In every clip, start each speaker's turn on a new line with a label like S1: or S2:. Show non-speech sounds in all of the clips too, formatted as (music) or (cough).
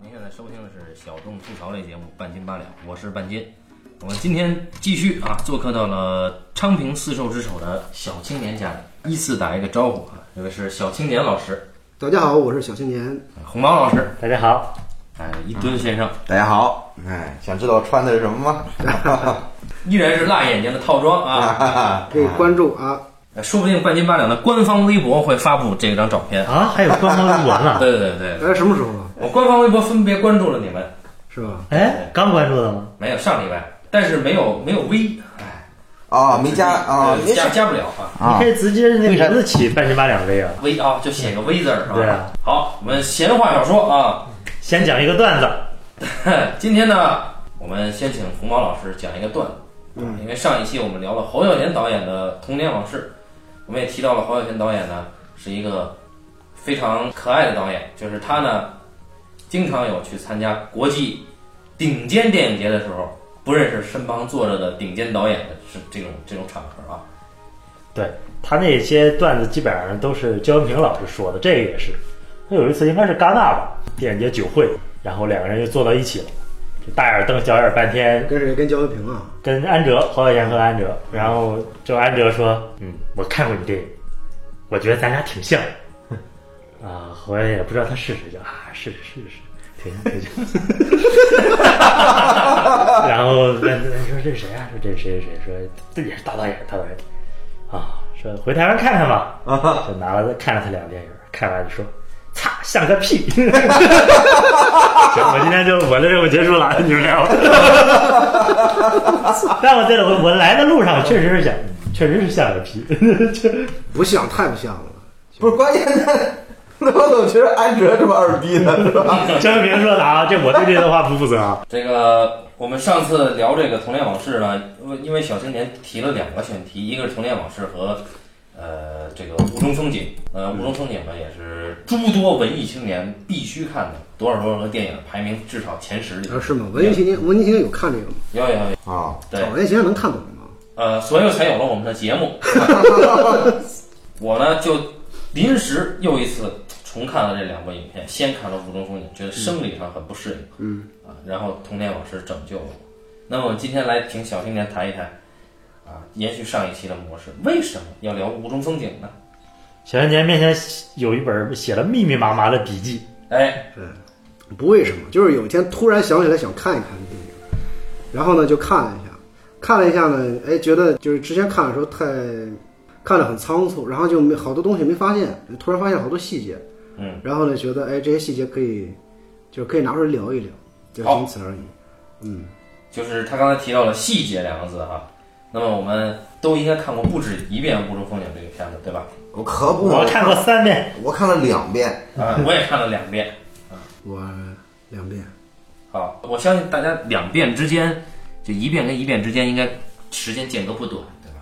S1: 您现在收听的是小众吐槽类节目《半斤八两》，我是半斤。我们今天继续啊，做客到了昌平丝绸之首的小青年家里，依次打一个招呼啊。这位是小青年老师，呃
S2: 大家好，我是小青年。
S1: 红毛老师，
S3: 大家好，
S1: 哎，一吨先生，
S4: 大家好，哎，想知道我穿的是什么吗？
S1: 依然是辣眼睛的套装啊。
S2: 可以关注啊，
S1: 呃说不定《半斤八两》的官方微博会发布这张照片。
S3: 啊，还有官方微
S1: (laughs)
S3: 博呢？
S1: 对对对，对
S2: 哎，什么时候啊？
S1: 我官方微博分别关注了你们，
S2: 是吧？
S3: 哎，刚关注的吗？
S1: 没有上礼拜，但是没有没有微，
S4: 啊，没加啊，
S1: 对
S4: 没事
S1: 加加不了啊。
S4: 啊
S3: 你可，以直接那
S4: 为啥
S3: 名字起半斤八两微啊。
S1: 微啊，就写个微字儿是吧？
S3: 对啊
S1: 好，我们闲话少说啊，
S3: 先讲一个段子，
S1: (laughs) 今天呢，我们先请红毛老师讲一个段子，因为上一期我们聊了侯孝贤导演的《童年往事》，我们也提到了侯孝贤导演呢是一个非常可爱的导演，就是他呢经常有去参加国际顶尖电影节的时候，不认识身旁坐着的顶尖导演的是这种这种场合啊。
S3: 他那些段子基本上都是焦恩平老师说的，这个也是。他有一次应该是戛纳吧，电影节酒会，然后两个人就坐到一起了，就大眼瞪小眼半天，
S2: 跟谁？跟焦恩平啊？
S3: 跟安哲侯孝贤和安哲，然后就安哲说：“嗯，我看过你电影，我觉得咱俩挺像。”啊，侯孝贤也不知道他是谁，就啊是是是，挺像挺像。 (laughs) 然后问问说这是谁啊？说这是谁谁谁？说这也是大导演大导演啊，说回台湾看看吧。就拿了看了他两个电影，看完就说。擦，像个屁！ (laughs) 行，我今天就我的任务结束了，你们聊。但我对了，我我来的路上确实是想，确实是像个 (laughs) 屁，
S2: 不像，太不像了。
S4: 不是 (laughs) 关键的，那我总觉得安哲这么二逼呢，是吧？
S3: 张明说的啊，这我对这段话不负责啊。
S1: 这个我们上次聊这个《童年往事》呢，因为因为小青年提了两个选题，一个是《童年往事》和呃这个《雾中风景》。呃，《雾中风景》呢也是诸多文艺青年必须看的多少多少个电影，排名至少前十里。
S2: 啊，是吗？文艺青年，文艺青年有看这个吗？
S1: 有有有，
S4: 啊， (laughs)
S1: 对，
S2: 草原青年能看懂吗？
S1: 呃，所以才有了我们的节目。我呢就临时又一次重看了这两部影片，先看了《雾中风景》，觉得生理上很不适应，
S2: 嗯，
S1: 啊，然后《童年往事》拯救了我。那么我们今天来请小青年谈一谈，啊，延续上一期的模式，为什么要聊《雾中风景》呢？
S3: 小年面前有一本写了密密麻麻的笔记，
S1: 哎，
S2: 不为什么，就是有一天突然想起来想看一看这电影，然后呢就看了一下，看了一下呢，哎，觉得就是之前看的时候太看的很仓促，然后就没好多东西没发现，突然发现好多细节，
S1: 嗯，
S2: 然后呢觉得哎这些细节可以就是可以拿出来聊一聊，就
S1: 好
S2: 仅此而已。嗯，
S1: 就是他刚才提到了“细节”两个字哈。那么我们都应该看过不止一遍《雾中风景》这个片子，对吧？
S4: 我可不，
S3: 我看过三遍，
S4: 我看了两遍，
S1: 啊，我也看了两遍。
S2: 我两遍。
S1: 好，我相信大家两遍之间，就一遍跟一遍之间应该时间间隔不短，对吧？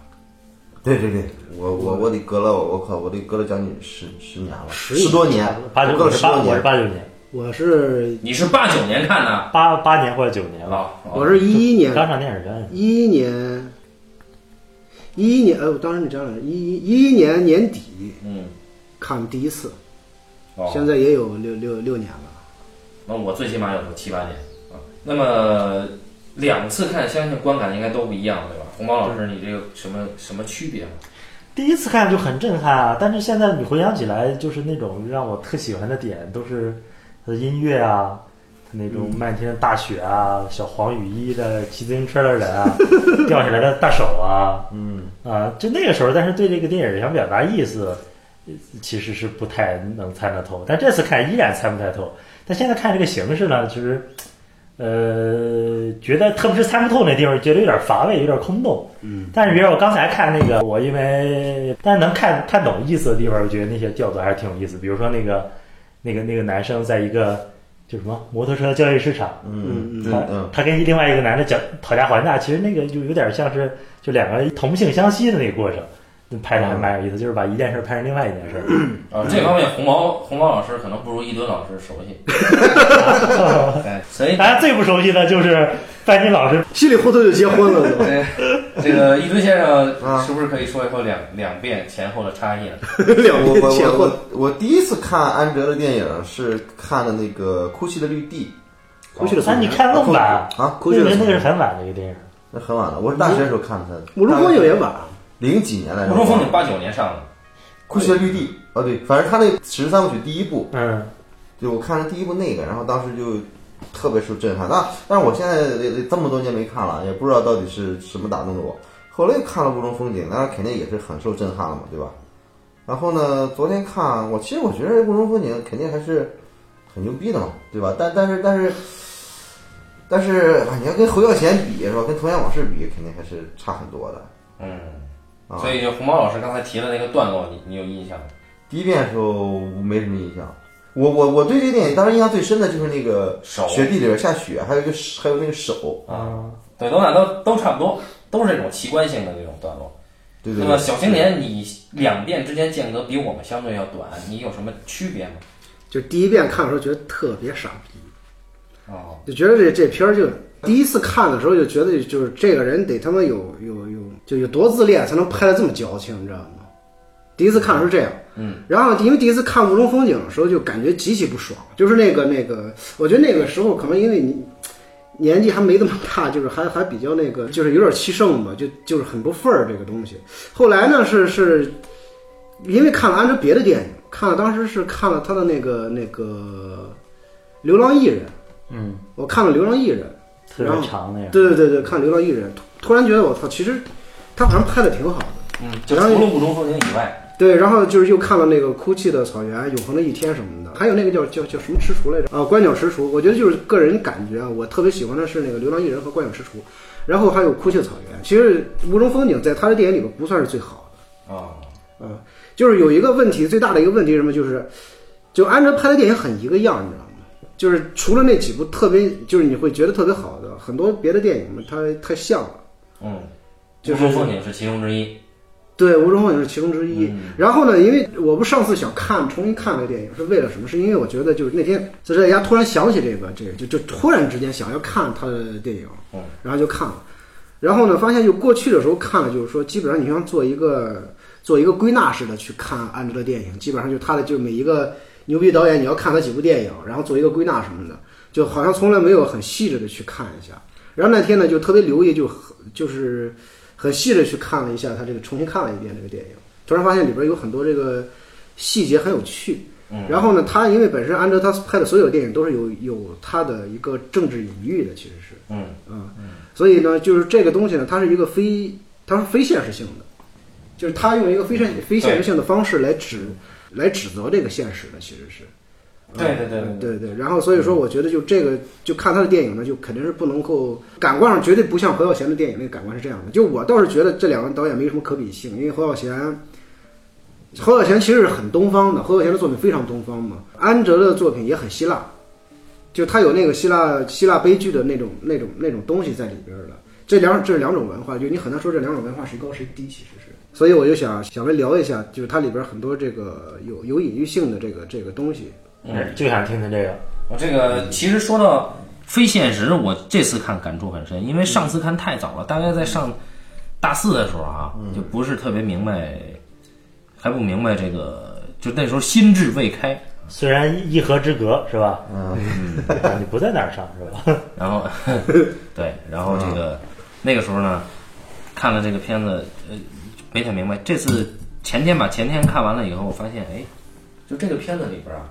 S4: 对对对，我我我得隔了，我靠，我得隔了将近十十年了，
S2: 十
S4: 十多年，
S3: 八
S4: 我
S3: 九
S4: 隔
S3: 我
S4: 了
S3: 是
S4: 十
S3: 八我是
S4: 多年，
S3: 八九年，
S2: 我是
S1: 你是八九年看的
S3: 八八年或者九年吧，
S1: 啊？
S2: 我是一一
S3: 刚
S2: 年，
S3: 上电影院。
S2: 一一年，一一年，呃，我当时你这样，一一一一年年底
S1: 嗯，
S2: 看第一次，
S1: 哦
S2: 现在也有六六六年了。
S1: 那我最起码有个七八年啊。那么两次看，相信观感应该都不一样，对吧？红毛老师，你这个什么什么区别吗？啊
S3: 第一次看就很震撼啊，但是现在你回想起来，就是那种让我特喜欢的点都是他的音乐啊，他那种漫天的大雪啊，小黄雨衣的骑自行车的人啊，吊起来的大手啊，
S4: 嗯，
S3: 啊，就那个时候，但是对这个电影想表达意思，呃其实是不太能参得透。但这次看依然参不太透。但现在看这个形式呢，其实，呃，觉得特别是参不透那地方，觉得有点乏味，有点空洞。
S2: 嗯，
S3: 但是比如我刚才看那个，我因为但是能看看懂意思的地方，我觉得那些调度还是挺有意思。比如说那个那个那个男生在一个就什么摩托车交易市场，
S4: 嗯
S2: 嗯
S4: 嗯
S3: (laughs)
S4: 嗯，
S3: 他跟另外一个男的讲讨价还价，其实那个就有点像是就两个人同性相吸的那个过程。拍的还蛮有意思，就是把一件事拍成另外一件事。
S1: 啊，这方面红毛红毛老师可能不如一吨老师熟悉。哎对，所以
S3: (laughs) 大家最不熟悉的就是范鑫老师，
S2: 稀里糊涂就结婚了
S4: (laughs)
S2: 都。
S1: 对这个一吨先生
S4: 啊
S1: 是不是可以说一说两两遍前后的差异了？
S2: 两
S4: 我
S2: 边
S4: 我
S2: 前
S4: 我
S2: 后，
S4: 我我第一次看安哲的电影是看的那个《哭泣的绿地
S2: 哭泣的
S3: 啊，你看那么晚
S4: 啊
S3: 那个那个是很晚的一个电影，》，
S4: 那很晚了，我是大学的时候看的他的。
S2: 慕容峰有也晚，
S4: 零几年来着？
S1: 吴中峰，你八九年上的，
S4: 哭泣的绿地》哦对，反正他那十三部曲第一部，
S3: 嗯，
S4: 就我看了第一部那个，然后当时就特别受震撼。那但是我现在也这么多年没看了，也不知道到底是什么打动了我。后来又看了《雾中风景》，当然肯定也是很受震撼了嘛，对吧？然后呢，昨天看我，其实我觉得《雾中风景》肯定还是很牛逼的嘛，对吧？但但是但是但是，啊你要跟侯孝贤比是吧？跟《童年往事》比，肯定还是差很多的。
S1: 嗯，
S4: 啊、
S1: 所以就红毛老师刚才提的那个段落，你你有印象吗？
S4: 第一遍的时候没什么印象。我我我对这个电影当时印象最深的就是那个
S1: 手
S4: 雪地里边下雪，还有一个还有那个手，
S1: 啊，对，都俩都都差不多，都是这种奇观性的这种段落。
S4: 对对
S1: 那
S4: 对。
S1: 么小青年，你两遍之间间隔比我们相对要短，你有什么区别吗？
S2: 就第一遍看的时候觉得特别傻逼，
S1: 哦，
S2: 就觉得这这片儿就第一次看的时候就觉得就是这个人得他妈有有有就有多自恋才能拍的这么矫情，你知道吗？第一次看的时候这样，
S1: 嗯，
S2: 然后因为第一次看《雾中风景》的时候就感觉极其不爽，就是那个那个，我觉得那个时候可能因为你年纪还没这么大，就是还还比较那个，就是有点气盛吧，就就是很不忿儿这个东西。后来呢是是，因为看了安哲别的电影，看了当时是看了他的那个那个《流浪艺人》，
S3: 嗯，
S2: 我看了《流浪艺人》，
S3: 特别长那个，
S2: 对对对对，看《流浪艺人》，突突然觉得我操，其实他好像拍的挺好的。
S1: 嗯，就除了雾中风景以外，
S2: 对，然后就是又看了那个《哭泣的草原》《永恒的一天》什么的，还有那个叫叫叫什么吃厨来着？啊，观鸟吃厨。我觉得就是个人感觉啊，我特别喜欢的是那个《流浪艺人》和《观鸟吃厨》，然后还有《哭泣的草原》。其实《雾中风景》在他的电影里边不算是最好
S1: 啊，
S2: 的啊，就是有一个问题，最大的一个问题是什么？就是就安哲拍的电影很一个样，你知道吗？就是除了那几部特别，就是你会觉得特别好的，很多别的电影嘛，它太像了。
S1: 嗯，雾
S2: 就是
S1: 中风景是其中之一。
S2: 对，吴中风也是其中之一。然后呢，因为我不上次想看重新看那电影，是为了什么？是因为我觉得就是那天就是在家突然想起这个这个，就就突然之间想要看他的电影
S1: 嗯，
S2: 然后就看了。然后呢，发现就过去的时候看了，就是说基本上你像做一个做一个归纳式的去看安哲的电影，基本上就他的就每一个牛逼导演，你要看他几部电影，然后做一个归纳什么的，就好像从来没有很细致的去看一下。然后那天呢，就特别留意，就很就是很细致去看了一下他这个重新看了一遍这个电影，突然发现里边有很多这个细节很有趣。
S1: 嗯，
S2: 然后呢，他因为本身安哲他拍的所有电影都是有有他的一个政治隐喻的，其实是。
S1: 嗯，
S2: 啊，所以呢，就是这个东西呢，它是一个非，它是非现实性的，就是他用一个非现非现实性的方式来指来指责这个现实的，其实是。
S1: 对对对
S2: 嗯
S1: 对
S2: 对对，然后所以说，我觉得就这个，就看他的电影呢，就肯定是不能够感官上绝对不像侯耀贤的电影那个感官是这样的。就我倒是觉得这两个导演没什么可比性，因为侯耀贤，侯耀贤其实是很东方的，侯耀贤的作品非常东方嘛，安哲的作品也很希腊，就他有那个希腊希腊悲剧的那种那种那种东西在里边儿的。这两这是两种文化，就你很难说这两种文化谁高谁低，其实是。所以我就想想来聊一下，就是它里边儿很多这个有有隐喻性的这个这个东西。
S1: 嗯，
S3: 就想听听这个，
S1: 我这个其实说到非现实，我这次看感触很深，因为上次看太早了，大概在上大四的时候啊，就不是特别明白，还不明白这个，就那时候心智未开，
S3: 虽然一河之隔是吧？
S4: 嗯，
S3: 啊你不在那儿上是吧？ (laughs)
S1: 然后， (laughs) 对，然后这个、那个时候呢，看了这个片子，呃，没太明白。这次前天吧，前天看完了以后，我发现，哎，就这个片子里边啊，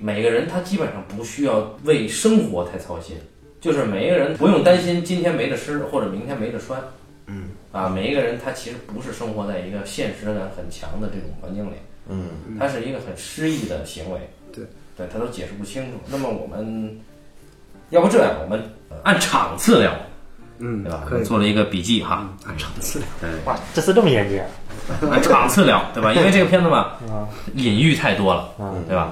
S1: 每个人他基本上不需要为生活太操心，就是每一个人不用担心今天没得吃或者明天没得穿。嗯，啊，每一个人他其实不是生活在一个现实感很强的这种环境里，
S4: 嗯，
S1: 它是一个很诗意的行为。
S2: 对，
S1: 对，他都解释不清楚。那么我们，要不这样，我们呃按场次聊，
S2: 嗯
S1: 对吧？我
S2: 可
S1: 们
S2: 以
S1: 做了一个笔记哈，
S2: 按场次聊。
S1: 对，
S3: 哇，这次这么严谨啊
S1: 按场次聊，对吧？因为这个片子吧，
S3: 啊！
S1: 隐喻太多了，
S3: 嗯
S1: 对吧？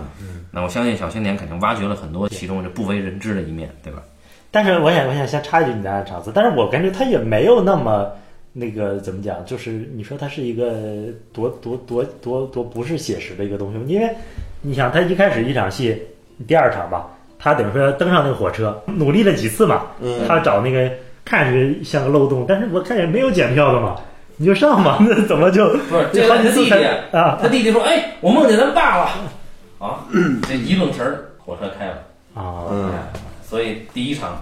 S1: 那我相信小青年肯定挖掘了很多其中这不为人知的一面，对吧？
S3: 但是我想，我想先插一句你的场次，但是我感觉他也没有那么那个怎么讲？就是你说它是一个多多多多多不是写实的一个东西，因为你想，他一开始一场戏，第二场吧，他等于说登上那个火车，努力了几次嘛，
S4: 嗯
S3: 他找那个看上去像个漏洞，但是我看也没有检票的嘛， (laughs) 你就上嘛，那怎么就
S1: 不是这个
S3: 好几
S1: 他
S3: 次
S1: 弟
S3: 才
S1: 弟，
S3: 啊
S1: 他弟弟说：“哎，我梦见咱爸了。”啊，这一愣神儿，火车开了。
S3: 啊？
S4: 嗯
S1: 哎所以第一场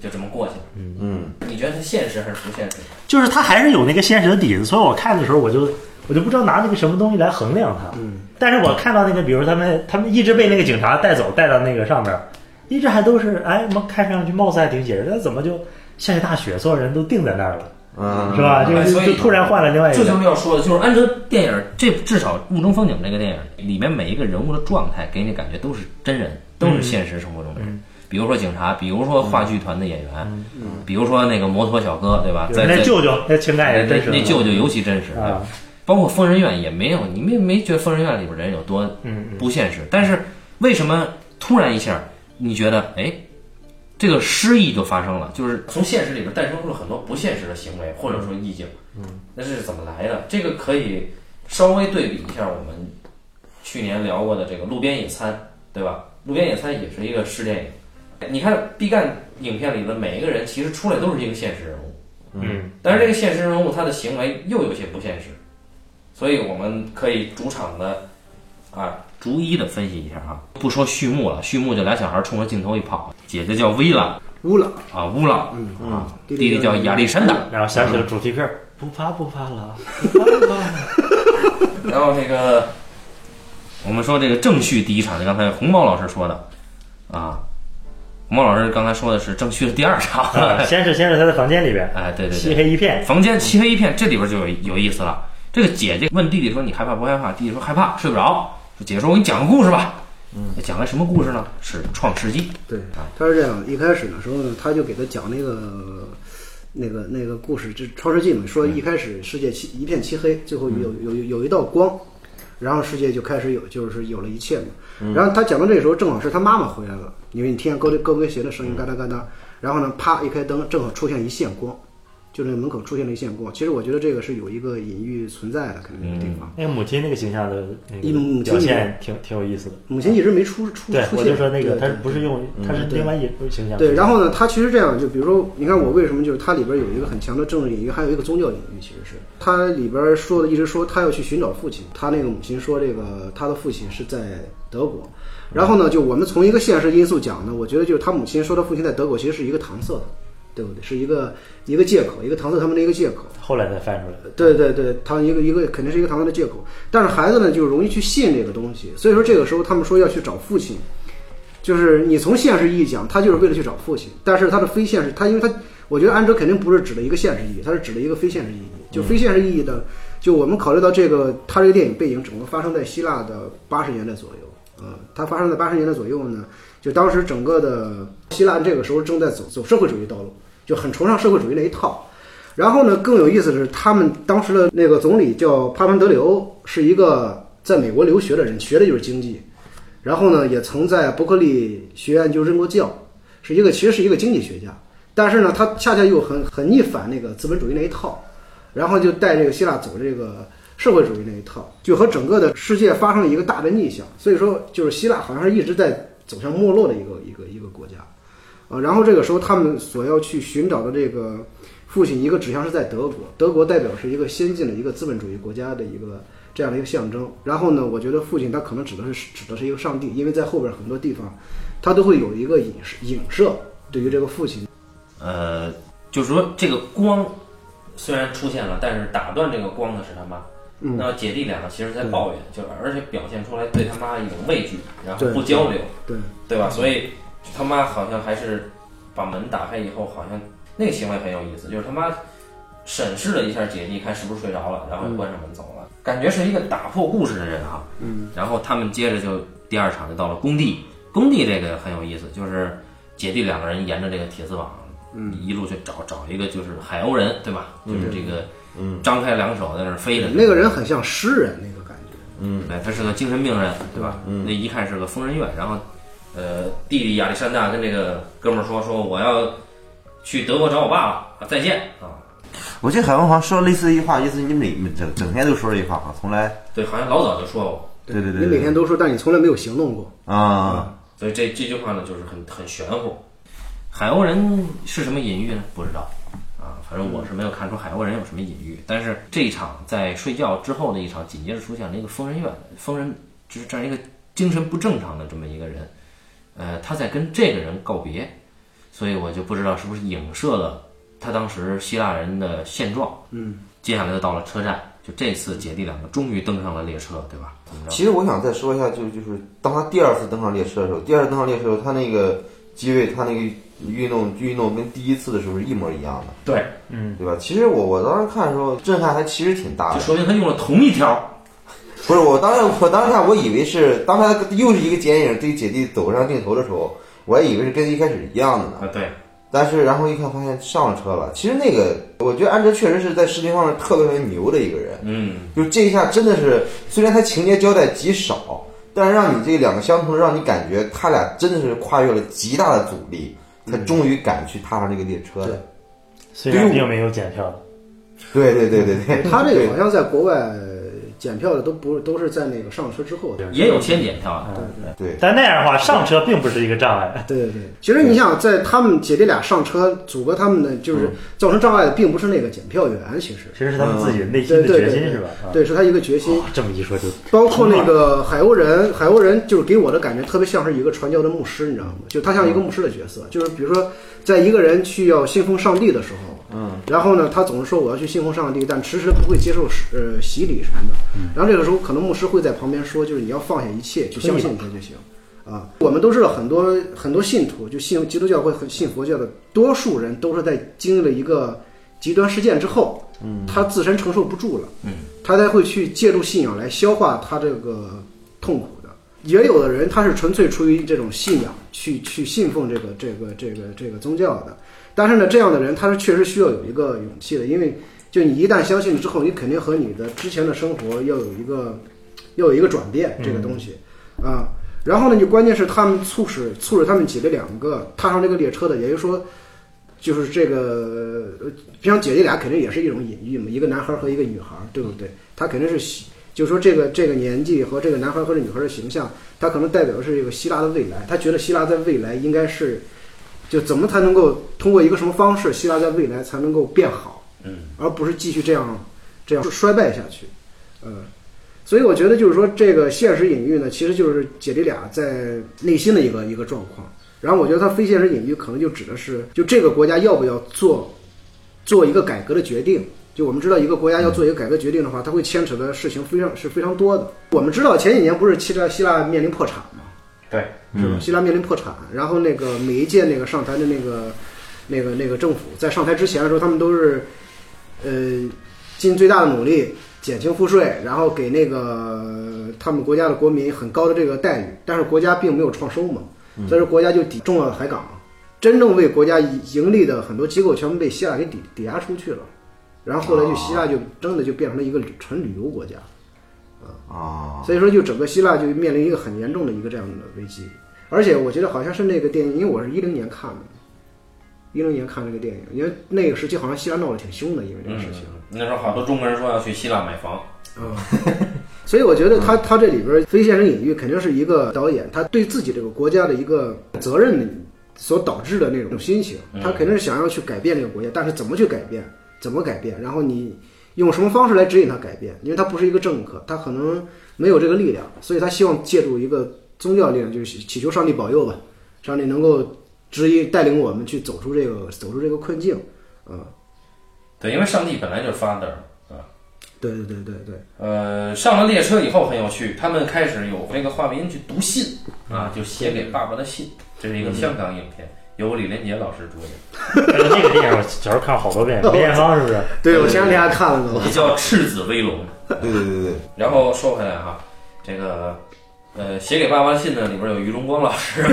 S1: 就这么过去了。
S4: 嗯，
S1: 你觉得它现实还是不现实？
S3: 就是他还是有那个现实的底子，所以我看的时候我就我就不知道拿那个什么东西来衡量他。嗯，但是我看到那个，比如他们他们一直被那个警察带走，带到那个上面，一直还都是哎，貌看上去貌似还挺写实，但怎么就下起大雪，所有人都定在那儿了，
S4: 嗯，
S3: 是吧？就
S1: 哎
S3: 就
S1: 所以
S3: 就突然换了另外一
S1: 这
S3: 个
S1: 就
S3: 人。
S1: 是要说的，就是按照电影，这至少《雾中风景》这个电影里面每一个人物的状态，给你感觉都是真人，都
S3: 嗯
S1: 是现实生活中的人。比如说警察，比如说话剧团的演员，比如说那个摩托小哥，对吧？在
S3: 嗯那
S1: 在
S3: 舅舅那情感也
S1: 那
S3: 真实，
S1: 那舅舅尤其真实，对吧
S3: 啊，
S1: 包括《疯人院》也没有，你没没觉得《疯人院》里边人有多
S3: 嗯嗯
S1: 不现实？但是为什么突然一下，你觉得哎，这个诗意就发生了，就是从现实里边诞生出了很多不现实的行为或者说意境，嗯，那这是怎么来的？这个可以稍微对比一下我们去年聊过的这个《路边野餐》，对吧？《路边野餐》也是一个诗电影。你看毕赣影片里的每一个人，其实出来都是一个现实人物，
S3: 嗯，
S1: 但是这个现实人物他的行为又有些不现实，所以我们可以主场的啊逐一的分析一下啊，不说序幕了，序幕就俩小孩冲着镜头一跑，姐姐叫薇拉
S2: 乌朗，
S1: 啊乌朗
S2: 嗯，
S1: 啊，
S2: 弟
S1: 弟
S2: 弟
S1: 弟叫亚历山大，
S3: 然后想起
S1: 嗯
S3: 了主题歌，不怕不怕 (laughs) 了，不怕不怕了。
S2: 嗯
S1: 然后这个我们说这个正序第一场，就刚才红毛老师说的啊，红毛老师刚才说的是正序的第二场， (laughs)
S3: 啊先是先是他在房间里边，
S1: 哎对对对，
S3: 漆黑一片，
S1: 房间漆黑一片，这里边就有有意思了。这个姐姐问弟弟说：“你害怕不害怕？”弟弟说：“害怕，睡不着。”说姐姐说：“我给你讲个故事吧。”嗯，讲个什么故事呢？是《创世纪
S2: 对，
S3: 啊
S2: 他是这样，一开始的时候呢，他就给他讲那个那个那个故事，这《创世纪》嘛，
S3: 嗯
S2: 说一开始世界漆一片漆黑，最后有有有有一道光，然后世界就开始有就是有了一切
S3: 嗯
S2: 嘛。然后他讲到这时候，正好是他妈妈回来了，因为你听见高跟高跟鞋的声
S3: 嗯
S2: 音，嘎哒嘎哒。然后呢，啪一开灯，正好出现一线光，就那门口出现了一线光。其实我觉得这个是有一个隐喻存在的，肯定这个地方。
S3: 那个母亲那个形象的那
S2: 一母亲
S3: 个表现挺挺有意思的。
S2: 母亲一直没出出出
S3: 对
S2: 现，，
S3: 我就说那个，
S2: 对
S3: 他
S2: 嗯对
S3: 不是用，他是另外一种形象。
S2: 对，然后呢，它其实这样，就比如说，你看我为什么就是它里边有一个很强的政治隐喻，还有一个宗教隐喻，其实是它里边说的，一直说他要去寻找父亲，他那个母亲说这个他的父亲是在德国，
S3: 嗯
S2: 然后呢，就我们从一个现实因素讲呢，我觉得就是他母亲说他父亲在德国，其实是一个搪塞的，对不对？是一个一个借口，一个搪塞他们的一个借口。
S3: 后来才翻出来的。
S2: 对对对，他一个一个肯定是一个堂堂的借口，但是孩子呢就容易去信这个东西，所以说这个时候他们说要去找父亲，就是你从现实意义讲，他就是为了去找父亲，但是他的非现实，他因为他我觉得安哲肯定不是指的一个现实意义，他是指的一个非现实意义，就非现实意义的，就我们考虑到这个他这个电影背景整个发生在希腊的八十年代左右。呃，它发生在八十年代左右呢，就当时整个的希腊这个时候正在走走社会主义道路，就很崇尚社会主义那一套。然后呢，更有意思的是，他们当时的那个总理叫帕潘德留，是一个在美国留学的人，学的就是经济。然后呢，也曾在伯克利学院就任过教，是一个其实是一个经济学家。但是呢，他恰恰又很很逆反那个资本主义那一套，然后就带这个希腊走这个社会主义那一套，就和整个的世界发生了一个大的逆向。所以说，就是希腊好像是一直在走向没落的一个一个一个国家。啊，然后这个时候他们所要去寻找的这个父亲，一个指向是在德国，德国代表是一个先进的一个资本主义国家的一个这样的一个象征。然后呢，我觉得父亲他可能指的是指的是一个上帝，因为在后边很多地方，他都会有一个影视影射对于这个父亲。》。
S1: 呃，就是说这个光虽然出现了，但是打断这个光的是他妈。
S2: 嗯
S1: 那么姐弟俩呢，其实在抱怨，就是而且表现出来对他妈一种畏惧，然后
S2: 对
S1: 不交流，
S2: 对，
S1: 对吧？所以他妈好像还是把门打开以后，好像那个行为很有意思，就是他妈审视了一下姐弟，看是不是睡着了，然后就关上门走了，感觉是一个打破故事的人哈、
S2: 嗯，
S1: 然后他们接着就第二场就到了工地，工地这个很有意思，就是姐弟两个人沿着这个铁丝网，嗯，一路去找找一个就是海鸥人，对吧？就是这个，
S4: 嗯，
S1: 张开两手在那儿飞着，
S2: 那个人很像诗人那个感觉。
S4: 嗯
S1: 哎对，他是个精神病人，对吧？
S4: 嗯
S1: 那一看是个疯人院。然后，呃，弟弟亚历山大跟这个哥们儿说：“说我要去德国找我爸爸，啊再见啊！”
S4: 我记得海文好像说类似的一句话，意思你每整整天都说这句话啊，从来
S1: 对，好像老早就说过。
S4: 对对对
S2: 你
S4: 对
S2: 每天都说，但你从来没有行动过。
S4: 啊，
S1: 所以这这句话呢，就是很很玄乎。海鸥人是什么隐喻呢？不知道啊，反正我是没有看出海鸥人有什么隐喻。但是这一场在睡觉之后的一场，紧接着出现了一个疯人院，疯人就是这样一个精神不正常的这么一个人，呃，他在跟这个人告别，所以我就不知道是不是影射了他当时希腊人的现状。嗯，接下来就到了车站，就这次姐弟两个终于登上了列车，对吧？怎么着？
S4: 其实我想再说一下，就就是当他第二次登上列车的时候，第二次登上列车的时候，他那个机位，他那个运动运动跟第一次的时候是一模一样的，
S1: 对，
S4: 对吧？其实我我当时看的时候，震撼还其实挺大
S1: 就
S4: 的。
S1: 说明他用了同一条。
S4: 不是我当时我当时看，我以为是当他又是一个剪影对姐弟走上镜头的时候，我还以为是跟一开始一样的呢。
S1: 啊，对，
S4: 但是然后一看发现上了车了。其实那个，我觉得安哲确实是在视听方面特别特别牛的一个人。
S1: 嗯，
S4: 就这一下真的是，虽然他情节交代极少，但是让你这两个相同，让你感觉他俩真的是跨越了极大的阻力，才终于敢去踏上这个列车的。
S3: 虽然并没有检票的，
S4: 对对对对对，
S2: 他这
S4: 对
S2: 个好像在国外检票的都不是，都是在那个上车之后的。
S1: 也有先检票啊的，
S4: 对
S3: 但那样的话上车并不是一个障碍。
S2: 对对对，其实你想，在他们姐弟俩上车阻隔他们的，就是
S4: 嗯
S2: 造成障碍的，并不是那个检票员，其实
S3: 其实是他们自己内心
S2: 对
S3: 的
S2: 嗯对
S3: 决
S2: 对
S3: 心，
S2: 对
S3: 是吧？啊，
S2: 对，是他一个决心。
S3: 哇这么一说就
S2: 包括那个海鸥人，海鸥人就是给我的感觉特别像是一个传教的牧师，你知道吗？就他像一个牧师的角色，就是比如说，在一个人去要信奉上帝的时候，嗯，然后呢，他总是说我要去信奉上帝，但迟迟不会接受是呃洗礼什么的。然后这个时候，可能牧师会在旁边说，就是你要放下一切，去相信他就行。啊，我们都知道很多很多信徒，就信基督教会和信佛教的多数人，都是在经历了一个极端事件之后，嗯，他自身承受不住了，他才会去借助信仰来消化他这个痛苦的。也有的人他是纯粹出于这种信仰去去信奉这个这个这个这个宗教的，但是呢，这样的人他是确实需要有一个勇气的，因为就你一旦相信了之后，你肯定和你的之前的生活要有一个要有一个转变，这个东西啊。然后呢，就关键是他们促使促使他们姐弟两个踏上这个列车的，也就是说，就是这个呃平常姐弟俩肯定也是一种隐喻嘛，一个男孩和一个女孩，对不对？他肯定是希，就说这个这个年纪和这个男孩和这女孩的形象，他可能代表的是这个希腊的未来。他觉得希腊在未来应该是，就怎么才能够通过一个什么方式，希腊在未来才能够变好，嗯，而不是继续这样这样衰败下去，嗯。所以我觉得就是说，这个现实隐喻呢，其实就是姐弟俩在内心的一个一个状况。然后我觉得它非现实隐喻可能就指的是，就这个国家要不要做做一个改革的决定。就我们知道，一个国家要做一个改革决定的话，它会牵扯的事情非常是非常多的。我们知道前几年不是希腊希腊面临破产嘛，
S3: 对，
S2: 是吧？希腊面临破产，然后那个每一届那个上台的那个那个那个政府在上台之前的时候，他们都是呃尽最大的努力减轻赋税，然后给那个他们国家的国民很高的这个待遇，但是国家并没有创收嘛，所以说国家就抵中了海港，真正为国家盈利的很多机构全部被希腊给抵抵押出去了，然后后来就希腊就真的就变成了一个旅纯旅游国家，
S4: 啊，
S2: 所以说，就整个希腊就面临一个很严重的一个这样的危机，而且我觉得好像是那个电影，因为我是一零年看的，一零年看这个电影，因为那个时期好像希腊闹得挺凶的，因为这个事情，
S1: 那时候好多中国人说要去希腊买房，
S2: 嗯，所以我觉得他他这里边非现实隐喻肯定是一个导演他对自己这个国家的一个责任所导致的那种心情，他肯定是想要去改变这个国家，但是怎么去改变，怎么改变，然后你用什么方式来指引他改变，因为他不是一个政客，他可能没有这个力量，所以他希望借助一个宗教力量，就是祈求上帝保佑吧，上帝能够指引带领我们去走出这个走出这个困境，啊，
S1: 对，因为上帝本来就是 father 啊。
S2: 对对对对对，
S1: 呃，上了列车以后很有趣，他们开始有那个画面去读信啊，就写给爸爸的信，嗯这是一个香港影片，由李连杰老师主演，
S3: (laughs) 但是那个电影我小时候看好多遍，
S2: (laughs) 哦
S3: 梅艳芳是不是？
S2: 对我前两天还看了呢，
S1: 也叫《赤子威龙》。
S4: 对对对对，
S1: 然后说回来哈、这个呃，写给爸爸的信呢，里边有于荣光老 (laughs) 师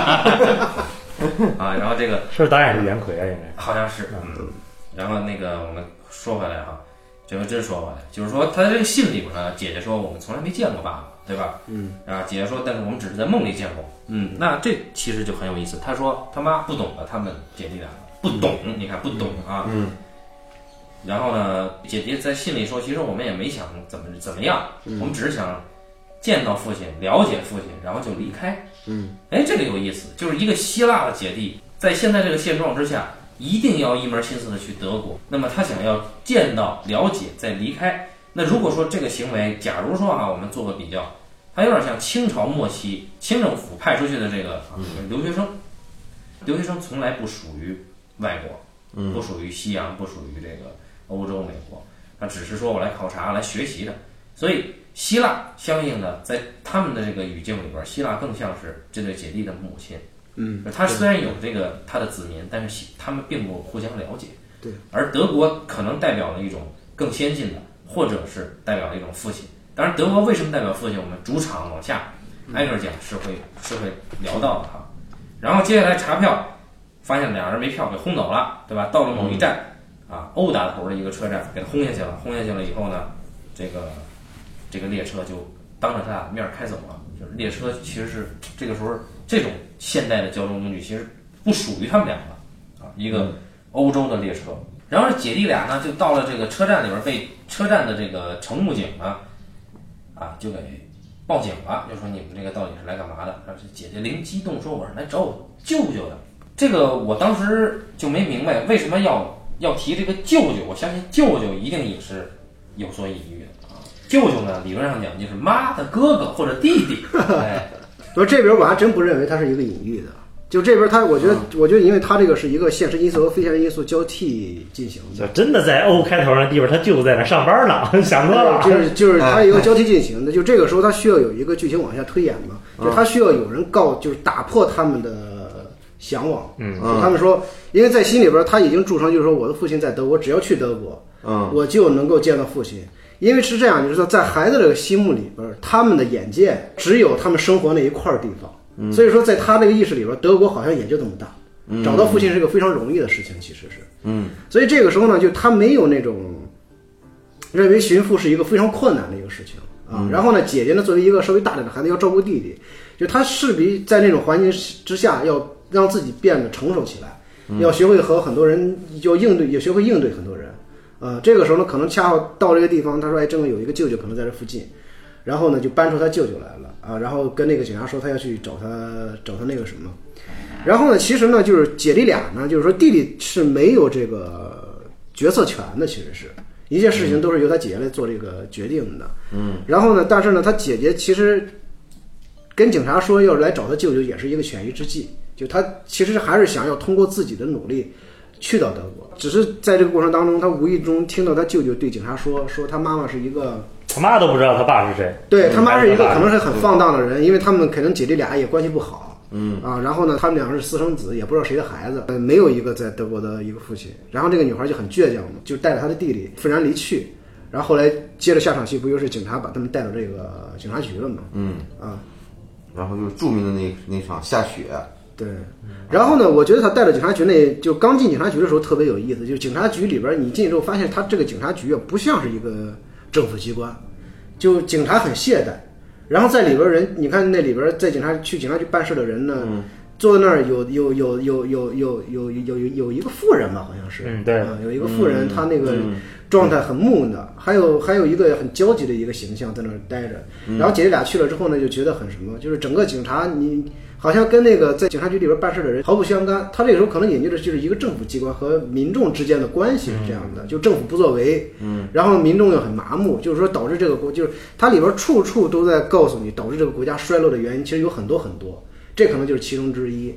S1: 啊，然后这个
S3: 是不是导演是袁奎啊？应该
S1: 好像是，嗯。然后那个我们说回来哈，这回真说回来，就是说他这个信里边呢，姐姐说我们从来没见过爸爸，对吧？嗯。啊，姐姐说，但是我们只是在梦里见过。嗯，那这其实就很有意思。他说他妈不懂了，他们姐弟俩不懂，你看不懂啊。嗯。然后呢，姐姐在信里说，其实我们也没想怎么怎么样，我们只是想见到父亲，了解父亲，然后就离开。
S2: 嗯，
S1: 哎，这个有意思，就是一个希腊的姐弟，在现在这个现状之下，一定要一门心思的去德国。那么他想要见到、了解，再离开。那如果说这个行为，假如说啊，我们做个比较，它有点像清朝末期清政府派出去的这个啊留学生，留学生从来不属于外国。不属于西洋，不属于这个欧洲、美国，那只是说我来考察、来学习的。所以希腊相应的在他们的这个语境里边，希腊更像是这对姐弟的母亲。
S2: 嗯，
S1: 他虽然有这个他的子民，但是希他们并不互相了解。
S2: 对，
S1: 而德国可能代表了一种更先进的，或者是代表了一种父亲。当然，德国为什么代表父亲？我们主场往下挨个讲是会是会聊到的哈。然后接下来查票，发现俩人没票给轰走了，对吧？到了某一站，
S2: 嗯
S1: 啊，殴打头的一个车站，给他轰下去了。轰下去了以后呢，这个这个列车就当着他俩面儿开走了。就是列车其实是这个时候这种现代的交通工具其实不属于他们俩了，啊，一个欧洲的列车。然后姐弟俩呢，就到了这个车站里边，被车站的这个乘务警呢，啊，就给报警了，就说你们这个到底是来干嘛的？然后这姐姐灵机一动说，我是来找我舅舅的。这个我当时就没明白为什么要要提这个舅舅，我相信舅舅一定也是有所隐喻的啊。舅舅呢，理论上讲就是妈的哥哥或者弟
S3: (laughs)
S1: 弟，哎，
S2: 说这边我还真不认为它是一个隐喻的，就这边它，我觉得，我觉得，因为它这个是一个现实因素和非现实因素交替进行的
S3: 就，真的在 O 开头那地方，他就在那上班呢， (laughs) 想多了。
S2: 就是就是
S4: 嗯
S2: 它一个交替进行的，就这个时候它需要有一个剧情往下推演嘛，
S4: 嗯
S2: 就它需要有人告，就是打破他们的向往，嗯，他们说，因为在心里边他已经铸成，就是说我的父亲在德国，只要去德国，
S4: 嗯，
S2: 我就能够见到父亲。因为是这样，就是说，在孩子这个心目里边，他们的眼界只有他们生活那一块儿地
S4: 嗯
S2: 方，所以说，在他这个意识里边，德国好像也就这么大。找到父亲是个非常容易的事情，其实是，
S4: 嗯，
S2: 所以这个时候呢，就他没有那种认为寻父是一个非常困难的一个事情啊。然后呢，姐姐呢作为一个稍微大点的孩子，要照顾弟弟，就她势必在那种环境之下，要让自己变得成熟起来，要学会和很多人要应对，也学会应对很多人。啊，这个时候呢，可能恰好到这个地方，他说：“哎，正好有一个舅舅可能在这附近。”然后呢，就搬出他舅舅来了啊，然后跟那个警察说他要去找他找他那个什么。然后呢，其实呢，就是姐弟俩呢，就是说弟弟是没有这个决策权的，其实是一切事情都是由他姐姐来做这个决定的。嗯。然后呢，但是呢，他姐姐其实跟警察说要来找他舅舅，也是一个权宜之计。就他其实还是想要通过自己的努力去到德国，只是在这个过程当中，他无意中听到他舅舅对警察说，说他妈妈是一个。
S3: 他妈都不知道他爸是谁。
S2: 对他妈是一个
S3: 嗯
S2: 可能是很放荡的人，因为他们可能姐弟俩也关系不好，嗯啊，然后呢，他们两个是私生子，也不知道谁的孩子，呃，没有一个在德国的一个父亲。然后这个女孩就很倔强嘛，就带着她的弟弟愤然离去。然后后来接着下场戏，不就是警察把他们带到这个警察局了嘛？嗯啊，
S4: 然后就是著名的那那场下雪，
S2: 对，然后呢，我觉得他带到警察局内，就刚进警察局的时候特别有意思，就是警察局里边儿你进去之后，发现他这个警察局啊不像是一个政府机关，就警察很懈怠，然后在里边儿人，你看那里边儿在警察去警察局办事的人呢，坐在那儿有有有有有有有有有有一个富人吧，好像是，
S3: 嗯对
S2: 啊有一个富人，他那个状态很木讷，还有还有一个很焦急的一个形象在那儿待着。然后姐弟俩去了之后呢，就觉得很什么，就是整个警察你好像跟那个在警察局里边办事的人毫不相干。他这个时候可能引喻的就是一个政府机关和民众之间的关系是这样的，就政府不作为，嗯，然后民众又很麻木，就是说导致这个国就是它里边处处都在告诉你，导致这个国家衰落的原因其实有很多很多，这可能就是其中之一。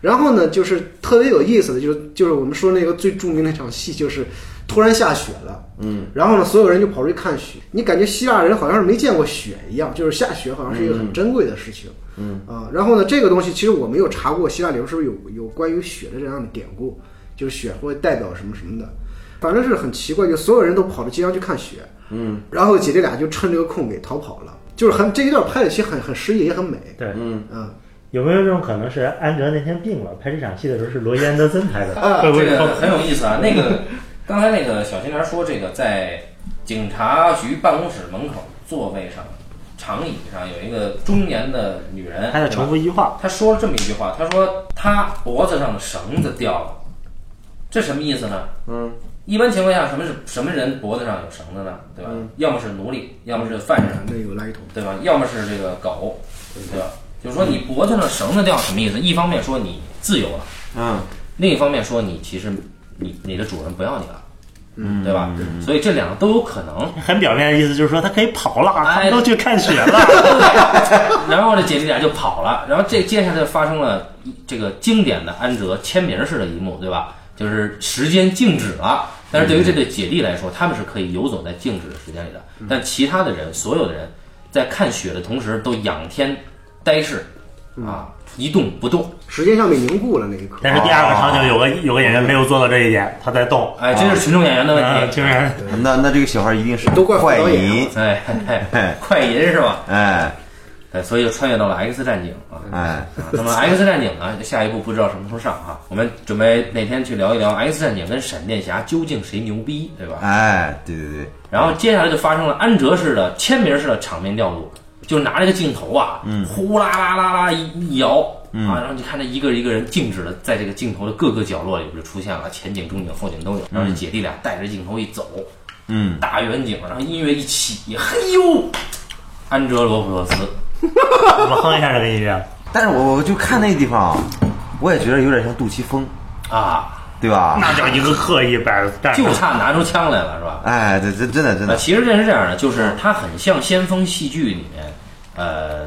S2: 然后呢，就是特别有意思的，就是就是我们说那个最著名的那场戏，就是突然下雪了，嗯，然后呢，所有人就跑出去看雪。你感觉希腊人好像是没见过雪一样，就是下雪好像是一个很珍贵的事情，嗯啊。然后呢，这个东西其实我没有查过，希腊里边是不是有有关于雪的这样的典故，就是雪会代表什么什么的，反正是很奇怪，就所有人都跑到街上去看雪，嗯，然后姐弟俩就趁这个空给逃跑了，就是很这一段拍的其实很很诗意，也很美，
S3: 对，
S2: 嗯。
S3: 有没有这种可能是安哲那天病了，拍这场戏的时候是罗伊安德森拍的？
S1: 啊，
S3: 会不
S1: 这
S3: 会
S1: 个
S3: 靠
S2: (laughs)
S1: 很有意思啊。那个刚才那个小青年说，这个在警察局办公室门口座位上长椅上有一个中年的女人，
S3: 他在
S1: 对吧
S3: 重复一句话，
S1: 他说了这么一句话，他说他脖子上的绳子掉了，这什么意思呢？
S4: 嗯，
S1: 一般情况下，什么是什么人脖子上有绳子呢？对吧？
S3: 嗯
S1: 要么是奴隶，要么是犯人，
S2: 那有来头。
S1: 对吧？要么是这个狗，对吧？就是说你脖子上绳子掉什么意思？一方面说你自由了，
S2: 啊
S4: 嗯，
S1: 另一方面说你其实你你的主人不要你了，嗯，对吧？所以这两个都有可能。
S3: 很表面的意思就是说他可以跑了，他
S1: 哎
S3: 们都去看雪了。
S1: 然后这姐弟俩就跑了，然后这接下来就发生了一这个经典的安哲签名式的一幕，对吧？就是时间静止了，但是对于这对姐弟来说，他们是可以游走在静止的时间里的，但其他的人，所有的人在看雪的同时都仰天呆视，啊，一动不动。
S2: 时间像被凝固了那一刻，
S3: 但是第二个场景有个有个演员没有做到这一点，他在动。
S1: 哎，这是群众演员的
S3: 嗯，
S1: 问题。
S3: 竟然
S4: 那那这个小孩一定是
S2: 都怪
S4: 快
S2: 导演
S4: 银，
S1: (laughs) 哎，哎哎快银是吧？
S4: 哎
S1: 哎，所以就穿越到了 X 战警啊。
S4: 哎，
S1: 啊那么 X 战警呢，下一步不知道什么时候上啊。我们准备哪天去聊一聊 X 战警跟闪电侠究竟谁牛逼，对吧？
S4: 哎，对对对，
S1: 然后接下来就发生了安哲式的签名式的场面调度，就拿这个镜头啊，呼啦啦啦啦一一摇啊，然后你看这一个一个人静止的在这个镜头的各个角落里边就出现了，前景、中景、后景都有。然后这姐弟俩带着镜头一走，
S4: 嗯，
S1: 大远景，然后音乐一起，嘿呦，安哲罗普洛斯，
S3: 我们哼一下这个音乐，
S4: 但是我我就看那地方，啊我也觉得有点像杜琪峰，
S1: 啊，
S4: 对吧？
S3: 那叫一个刻意摆站
S1: 就差拿出枪来了，是吧？
S4: 哎，这这真的真
S1: 呃，
S4: 的，
S1: 其实这是这样的，就是它很像先锋戏剧里面，呃，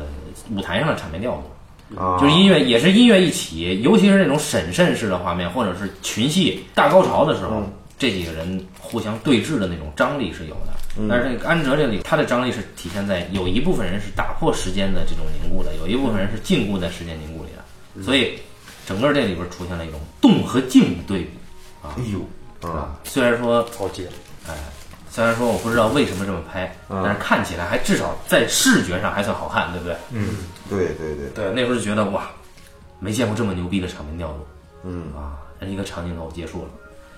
S1: 舞台上的场面调度，
S4: 啊
S1: 就是音乐也是音乐一起，尤其是那种审慎式的画面，或者是群戏大高潮的时候，这几个人互相对峙的那种张力是有的。但是这个安哲这里，他的张力是体现在有一部分人是打破时间的这种凝固的，有一部分人是禁锢在时间凝固里的，所以整个这里边出现了一种动和静的对比
S4: 哎呦，啊，
S1: 啊。虽然说
S3: 超级了。
S1: 虽然说我不知道为什么这么拍，但是看起来还至少在视觉上还算好看，对不对？
S4: 对对对，
S1: 对，那时候就觉得哇，没见过这么牛逼的场面调度，
S4: 嗯
S1: 啊，那一个长镜头结束了，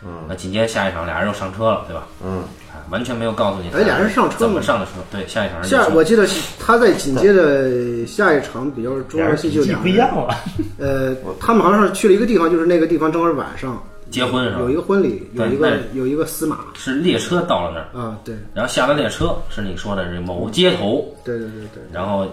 S4: 嗯，
S1: 那紧接着下一场俩人又上车了，对吧？
S4: 嗯，
S1: 哎完全没有告诉你，
S2: 哎俩人上车
S1: 怎么
S2: 了
S1: 上的车？对，下一场人就
S2: 下
S1: 上
S2: 我记得是他在紧接着下一场比较重要的戏就
S3: 笔记
S2: 两
S3: 不一样了，
S2: 呃，他们好像是去了一个地方，就是那个地方正好是晚上
S1: 结婚是吧
S2: 有一？个婚礼，有
S1: 对
S2: 一个
S1: 那
S2: 有一个司马
S1: 是列车到了那儿，
S2: 啊，对
S1: 然后下了列车是你说的这某街头，
S2: 对对对对，
S1: 然后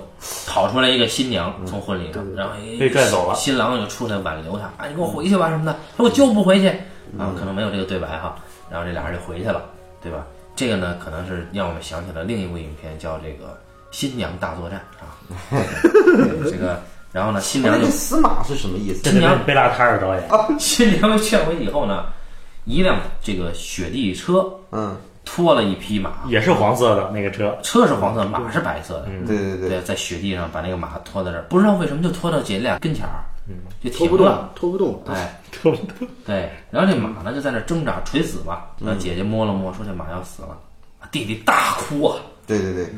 S1: 跑出来一个新娘
S3: 嗯
S1: 从婚礼上，然后一
S3: 被拽走了
S1: 新郎就出来挽留她，啊，你给我回去吧什么的，说我就不回去
S3: 嗯
S1: 啊，可能没有这个对白哈。然后这俩人就回去了，对吧？这个呢，可能是让我们想起了另一部影片，叫这个《新娘大作战》啊。
S3: (laughs)
S1: 对这个，然后呢，新
S4: 那
S1: 娘就 (laughs)
S4: 这司马是什么意思？
S3: 这
S1: 新娘
S3: 是贝拉塔尔导演，
S1: 新娘劝回以后呢，一辆这个雪地车
S4: 嗯，
S1: 拖了一匹马，
S3: 也是黄色的那个车， (laughs)
S1: 车是黄色，马是白色的。
S2: 嗯
S4: 对对对，
S1: 对，在雪地上把那个马拖在这儿，不知道为什么就拖到姐弟俩跟前儿，嗯，就
S2: 拖
S1: 停
S2: 不
S1: 了
S2: 动，，拖不动，
S1: 哎，
S3: 对不对？
S1: 对，然后这马呢就在那儿挣扎垂死吧，那姐姐摸了摸，说这马要死了，弟弟大哭啊
S4: 对对对，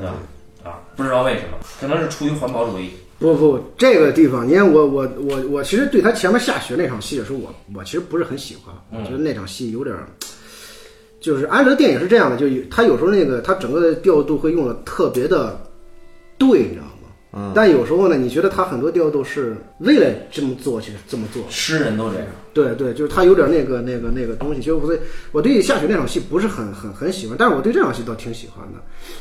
S1: 啊，不知道为什么，可能是出于环保主义，
S2: 不不，这个地方，你看我我我我其实对他前面下雪那场戏的时候，我我其实不是很喜欢，我觉得那场戏有点儿，就是安哲电影是这样的，就有他有时候那个他整个的调度会用的特别的对，你知道吗？嗯。但有时候呢，你觉得他很多调度是为了这么做去这么做，
S1: 诗人都这样，
S2: 对对，就是他有点那个那个那个东西，就是所以我对下雪那场戏不是很很很喜欢，但是我对这场戏倒挺喜欢的。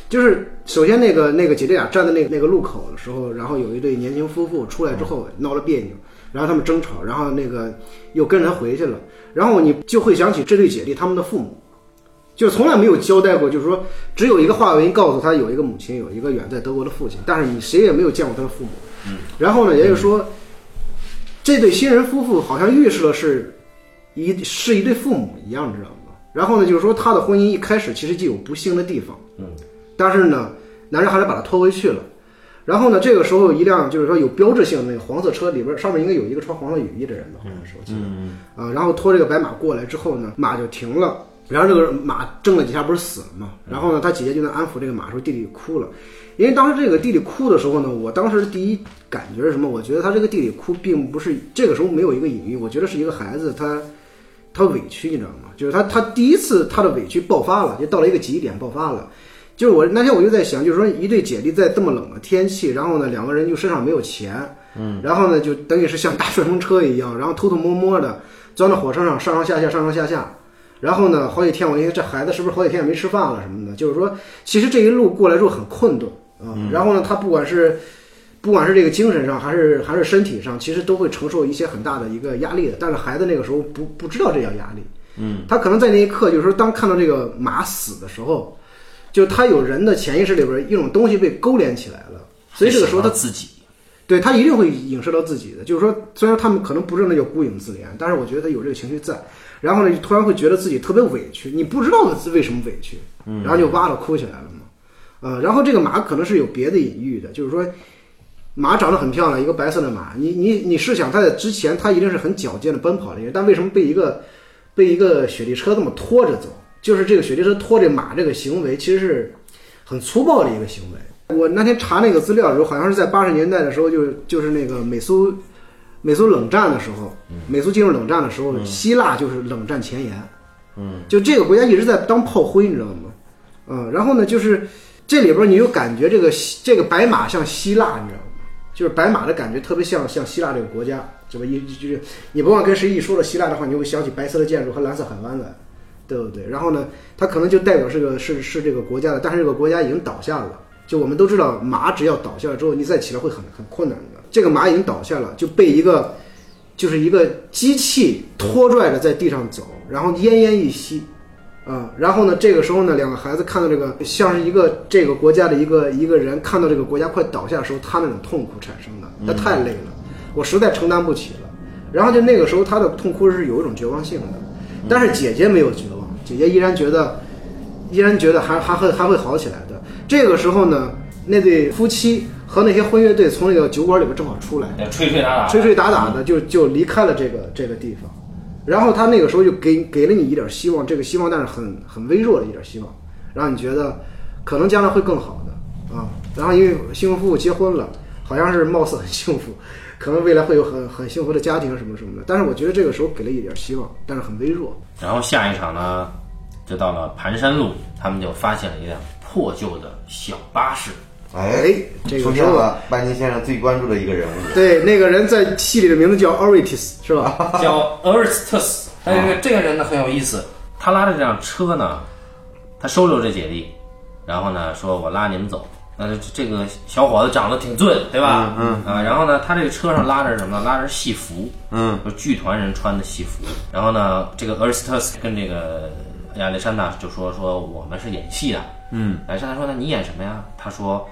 S2: 就是首先那个那个姐弟俩站在那个那个路口的时候，然后有一对年轻夫妇出来之后闹了别扭，然后他们争吵，然后那个又跟人回去了，然后你就会想起这对姐弟他们的父母。就是从来没有交代过，就是说只有一个话文告诉他有一个母亲，有一个远在德国的父亲，但是你谁也没有见过他的父母。嗯，然后呢，也就是说，这对新人夫妇好像预示了是一是一对父母一样，知道吗？然后呢，就是说他的婚姻一开始其实就有不幸的地方，嗯，但是呢，男人还是把他拖回去了。然后呢，这个时候一辆就是说有标志性的那个黄色车里边，上面应该有一个穿黄色雨衣的人吧，好像是我记得，啊，然后拖这个白马过来之后呢，马就停了。然后这个马挣了几下，不是死了吗？然后呢，他姐姐就在安抚这个马，说弟弟哭了。因为当时这个弟弟哭的时候呢，我当时第一感觉是什么？我觉得他这个弟弟哭并不是这个时候没有一个隐喻，我觉得是一个孩子他他委屈，你知道吗？就是他他第一次他的委屈爆发了，就到了一个极点爆发了。就是我那天我就在想，就是说一对姐弟在这么冷的天气，然后呢两个人又身上没有钱，嗯，然后呢就等于是像搭顺风车一样，然后偷偷摸摸的钻到火车上上上下下上上下下，然后呢，好几天我一这孩子是不是好几天也没吃饭了什么的？就是说，其实这一路过来之后很困顿啊。然后呢，他不管是不管是这个精神上还是还是身体上，其实都会承受一些很大的一个压力的。但是孩子那个时候不不知道这叫压力，嗯，他可能在那一刻就是说，当看到这个马死的时候，就他有人的潜意识里边一种东西被勾连起来了，所以这个时候他
S1: 自己
S2: 对他一定会影射到自己的，就是说，虽然他们可能不是那叫孤影自怜，但是我觉得他有这个情绪在，然后呢，就突然会觉得自己特别委屈，你不知道为什么委屈，然后就哇了哭起来了嘛，呃，然后这个马可能是有别的隐喻的，就是说，马长得很漂亮，一个白色的马，你你你是想它在之前它一定是很矫健的奔跑的一个，但为什么被一个被一个雪地车这么拖着走？就是这个雪地车拖着马这个行为，其实是很粗暴的一个行为。我那天查那个资料的时候，好像是在八十年代的时候，就是就是那个美苏美苏冷战的时候，美苏进入冷战的时候，希腊就是冷战前沿，嗯，就这个国家一直在当炮灰，你知道吗？嗯，然后呢，就是这里边儿你就感觉这个希这个白马像希腊，你知道吗？就是白马的感觉特别像像希腊这个国家，这么一就是你不管跟谁一说了希腊的话，你就会想起白色的建筑和蓝色海湾来，对不对？然后呢，它可能就代表是个是是这个国家的，但是这个国家已经倒下了。就我们都知道，马只要倒下了之后，你再起来会很很困难的。这个马已经倒下了，就被一个就是一个机器拖拽着在地上走，然后奄奄一息。啊、然后呢，这个时候呢，两个孩子看到这个像是一个这个国家的一个一个人看到这个国家快倒下的时候，他那种痛苦产生的，他太累了，我实在承担不起了。然后就那个时候，他的痛哭是有一种绝望性的，但是姐姐没有绝望，姐姐依然觉得，依然觉得还还会还会好起来的。这个时候呢，那对夫妻和那些婚乐队从那个酒馆里边正好出来，
S1: 呃吹吹打打，
S2: 吹吹打打的就就离开了这个这个地方。然后他那个时候就给给了你一点希望，这个希望但是很很微弱的一点希望，让你觉得可能将来会更好的啊。然后因为新婚夫妇结婚了，好像是貌似很幸福，可能未来会有很很幸福的家庭什么什么的。但是我觉得这个时候给了一点希望，但是很微弱。
S1: 然后下一场呢，就到了盘山路，他们就发现了一辆破旧的小巴士。
S4: 哎
S2: 哎，，这
S4: 出
S2: 个时
S4: 现
S2: 候
S4: 了班尼先生最关注的一个人物，
S2: 对那个人在戏里的名字叫 Oritis 是
S1: (laughs)
S2: 吧？
S1: 叫 e r s t u s 但是这个人呢很有意思，他拉着这辆车呢，他收留这姐弟，然后呢说我拉你们走。那这这个小伙子长得挺俊，对吧？嗯啊，然后呢，他这个车上拉着什么？拉着戏服，
S4: 嗯，
S1: 就剧团人穿的戏服。然后呢，这个 e r s t u s 跟这个亚历山大就说说我们是演戏的，嗯，亚历山大说那你演什么呀？他说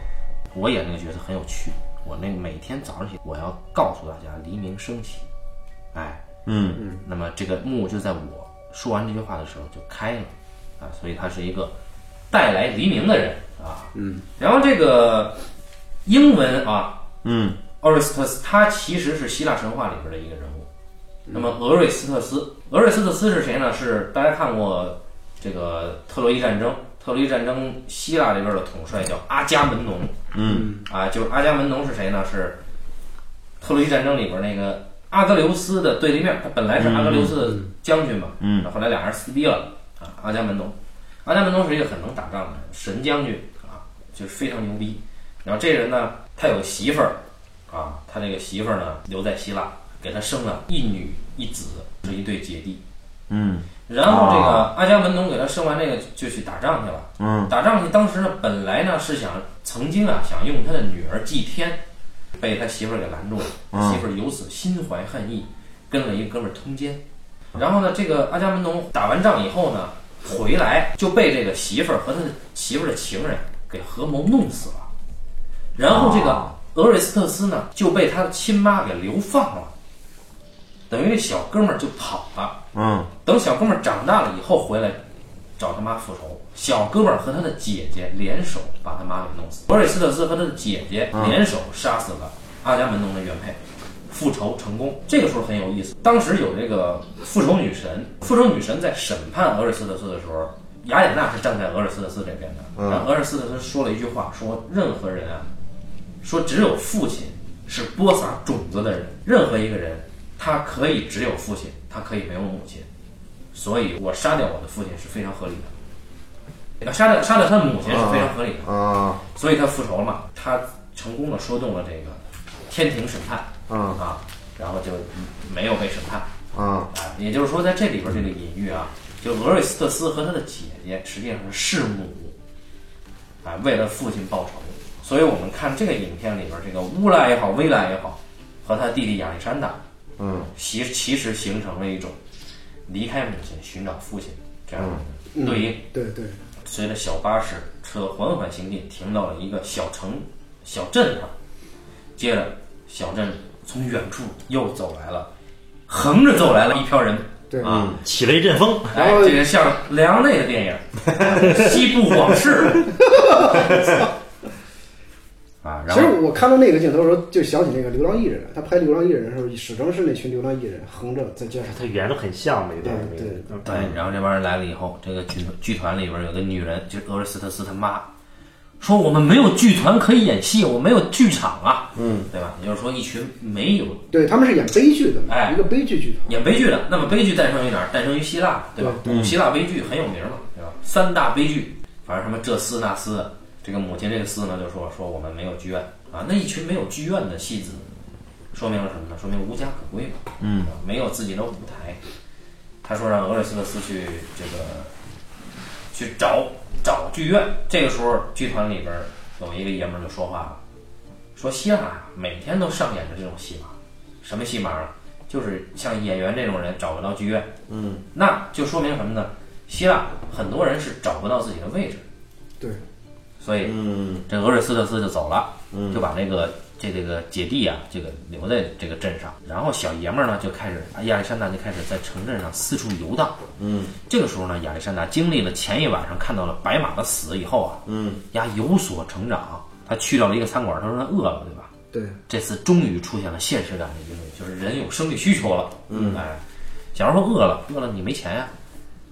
S1: 我演那个角色很有趣，我那个每天早上起我要告诉大家黎明升起，哎，
S4: 嗯，
S1: 那么这个幕就在我说完这句话的时候就开了，啊，所以他是一个带来黎明的人啊。嗯。然后这个英文啊，
S4: 嗯
S1: 俄瑞斯特斯他其实是希腊神话里边的一个人物。
S4: 嗯
S1: 那么俄瑞斯特斯，俄瑞斯特斯是谁呢？是大家看过这个特洛伊战争，特洛伊战争希腊这边的统帅叫阿伽门农。
S4: 嗯
S1: 啊，就是阿伽门农是谁呢？是特洛伊战争里边那个阿格琉斯的对立面，他本来是阿格琉斯的将军嘛，
S4: 嗯，
S1: 后来俩人撕逼了啊，阿伽门农，阿伽门农是一个很能打仗的人，神将军啊，就是非常牛逼。然后这人呢，他有媳妇儿啊，他这个媳妇儿呢留在希腊，给他生了一女一子，是一对姐弟。
S4: 嗯
S1: 然后这个阿伽门农给他生完这个就去打仗去了。
S4: 嗯，
S1: 打仗去，当时呢本来呢是想曾经啊想用他的女儿祭天，被他媳妇儿给拦住了。他媳妇儿由此心怀恨意，跟了一个哥们儿通奸。然后呢，这个阿伽门农打完仗以后呢，回来就被这个媳妇儿和他的媳妇儿的情人给合谋弄死了。然后这个俄瑞斯特斯呢就被他的亲妈给流放了，等于这小哥们儿就跑了。
S4: 嗯
S1: 等小哥们儿长大了以后回来找他妈复仇，小哥们儿和他的姐姐联手把他妈给弄死。博瑞斯特斯和他的姐姐联手杀死了阿伽门农的原配，复仇成功。这个时候很有意思，当时有这个复仇女神，复仇女神在审判俄瑞斯特斯的时候，雅典娜是站在俄瑞斯特斯这边的。然后俄瑞斯特斯说了一句话，说任何人啊，说只有父亲是播撒种子的人，任何一个人他可以只有父亲，他可以没有母亲。所以我杀掉我的父亲是非常合理的，呃杀掉杀掉他的母亲是非常合理的，
S4: 啊
S1: 所以他复仇了嘛，他成功的说动了这个天庭审判
S4: 啊
S1: 啊，然后就没有被审判
S4: 啊
S1: 啊，也就是说在这里边这个隐喻啊，就俄瑞斯特斯和他的姐姐实际上是弑母，啊，为了父亲报仇。所以我们看这个影片里边，这个乌拉也好，薇拉也好，和他弟弟亚历山大，
S4: 嗯，
S1: 其其实形成了一种离开母亲寻找父亲这样
S2: 嗯
S1: 的对应。
S2: 对对，
S1: 随着小巴士车缓缓行进，停到了一个小城、小镇上。接着，小镇从远处又走来了，横着走来了一票人。
S2: 对
S4: 嗯
S1: 啊，
S3: 起了一阵风，
S1: 哎，这个像莱昂内的电影《西部往事》 (laughs) 啊，然
S2: 其
S1: 后
S2: 实我看到那个镜头的时候，就想起那个流浪艺人，他拍流浪艺人的时候，始终是那群流浪艺人横着在街上。
S3: 它语言都很像，每个
S2: 对
S3: 每个
S2: 对
S3: 嗯
S1: 对，哎然后这帮人来了以后，这个剧剧团里边有个女人，就是俄瑞斯特斯他妈，说我们没有剧团可以演戏，我没有剧场啊，嗯，对吧？也就是说，一群没有
S2: 对，他们是演悲剧的，
S1: 哎
S2: 一个悲剧剧团。
S1: 演悲剧的，那么悲剧诞生于哪儿？诞生于希腊，对吧？嗯希腊悲剧很有名嘛，对吧？三大悲剧，反正什么这斯那斯的，这个母亲这个斯呢，就说说我们没有剧院啊，那一群没有剧院的戏子，说明了什么呢？说明无家可归嘛，嗯，没有自己的舞台。他说让俄里斯特斯去这个去找找剧院。这个时候，剧团里边儿有一个爷们儿就说话了，说希腊啊每天都上演着这种戏码，什么戏码啊？就是像演员这种人找不到剧院，嗯，那就说明什么呢？希腊很多人是找不到自己的位置，
S2: 对，
S1: 所以
S4: 嗯
S1: 这俄瑞斯特斯就走了，就把那个这这个姐弟啊，这个留在这个镇上，然后小爷们儿呢就开始哎亚历山大就开始在城镇上四处游荡。
S4: 嗯
S1: 这个时候呢，亚历山大经历了前一晚上看到了白马的死以后啊，
S4: 嗯
S1: 呀有所成长，他去到了一个餐馆，他说他饿了，对吧？
S2: 对，
S1: 这次终于出现了现实感的因为就是人有生理需求了。嗯，哎，假如说饿了，饿了你没钱呀、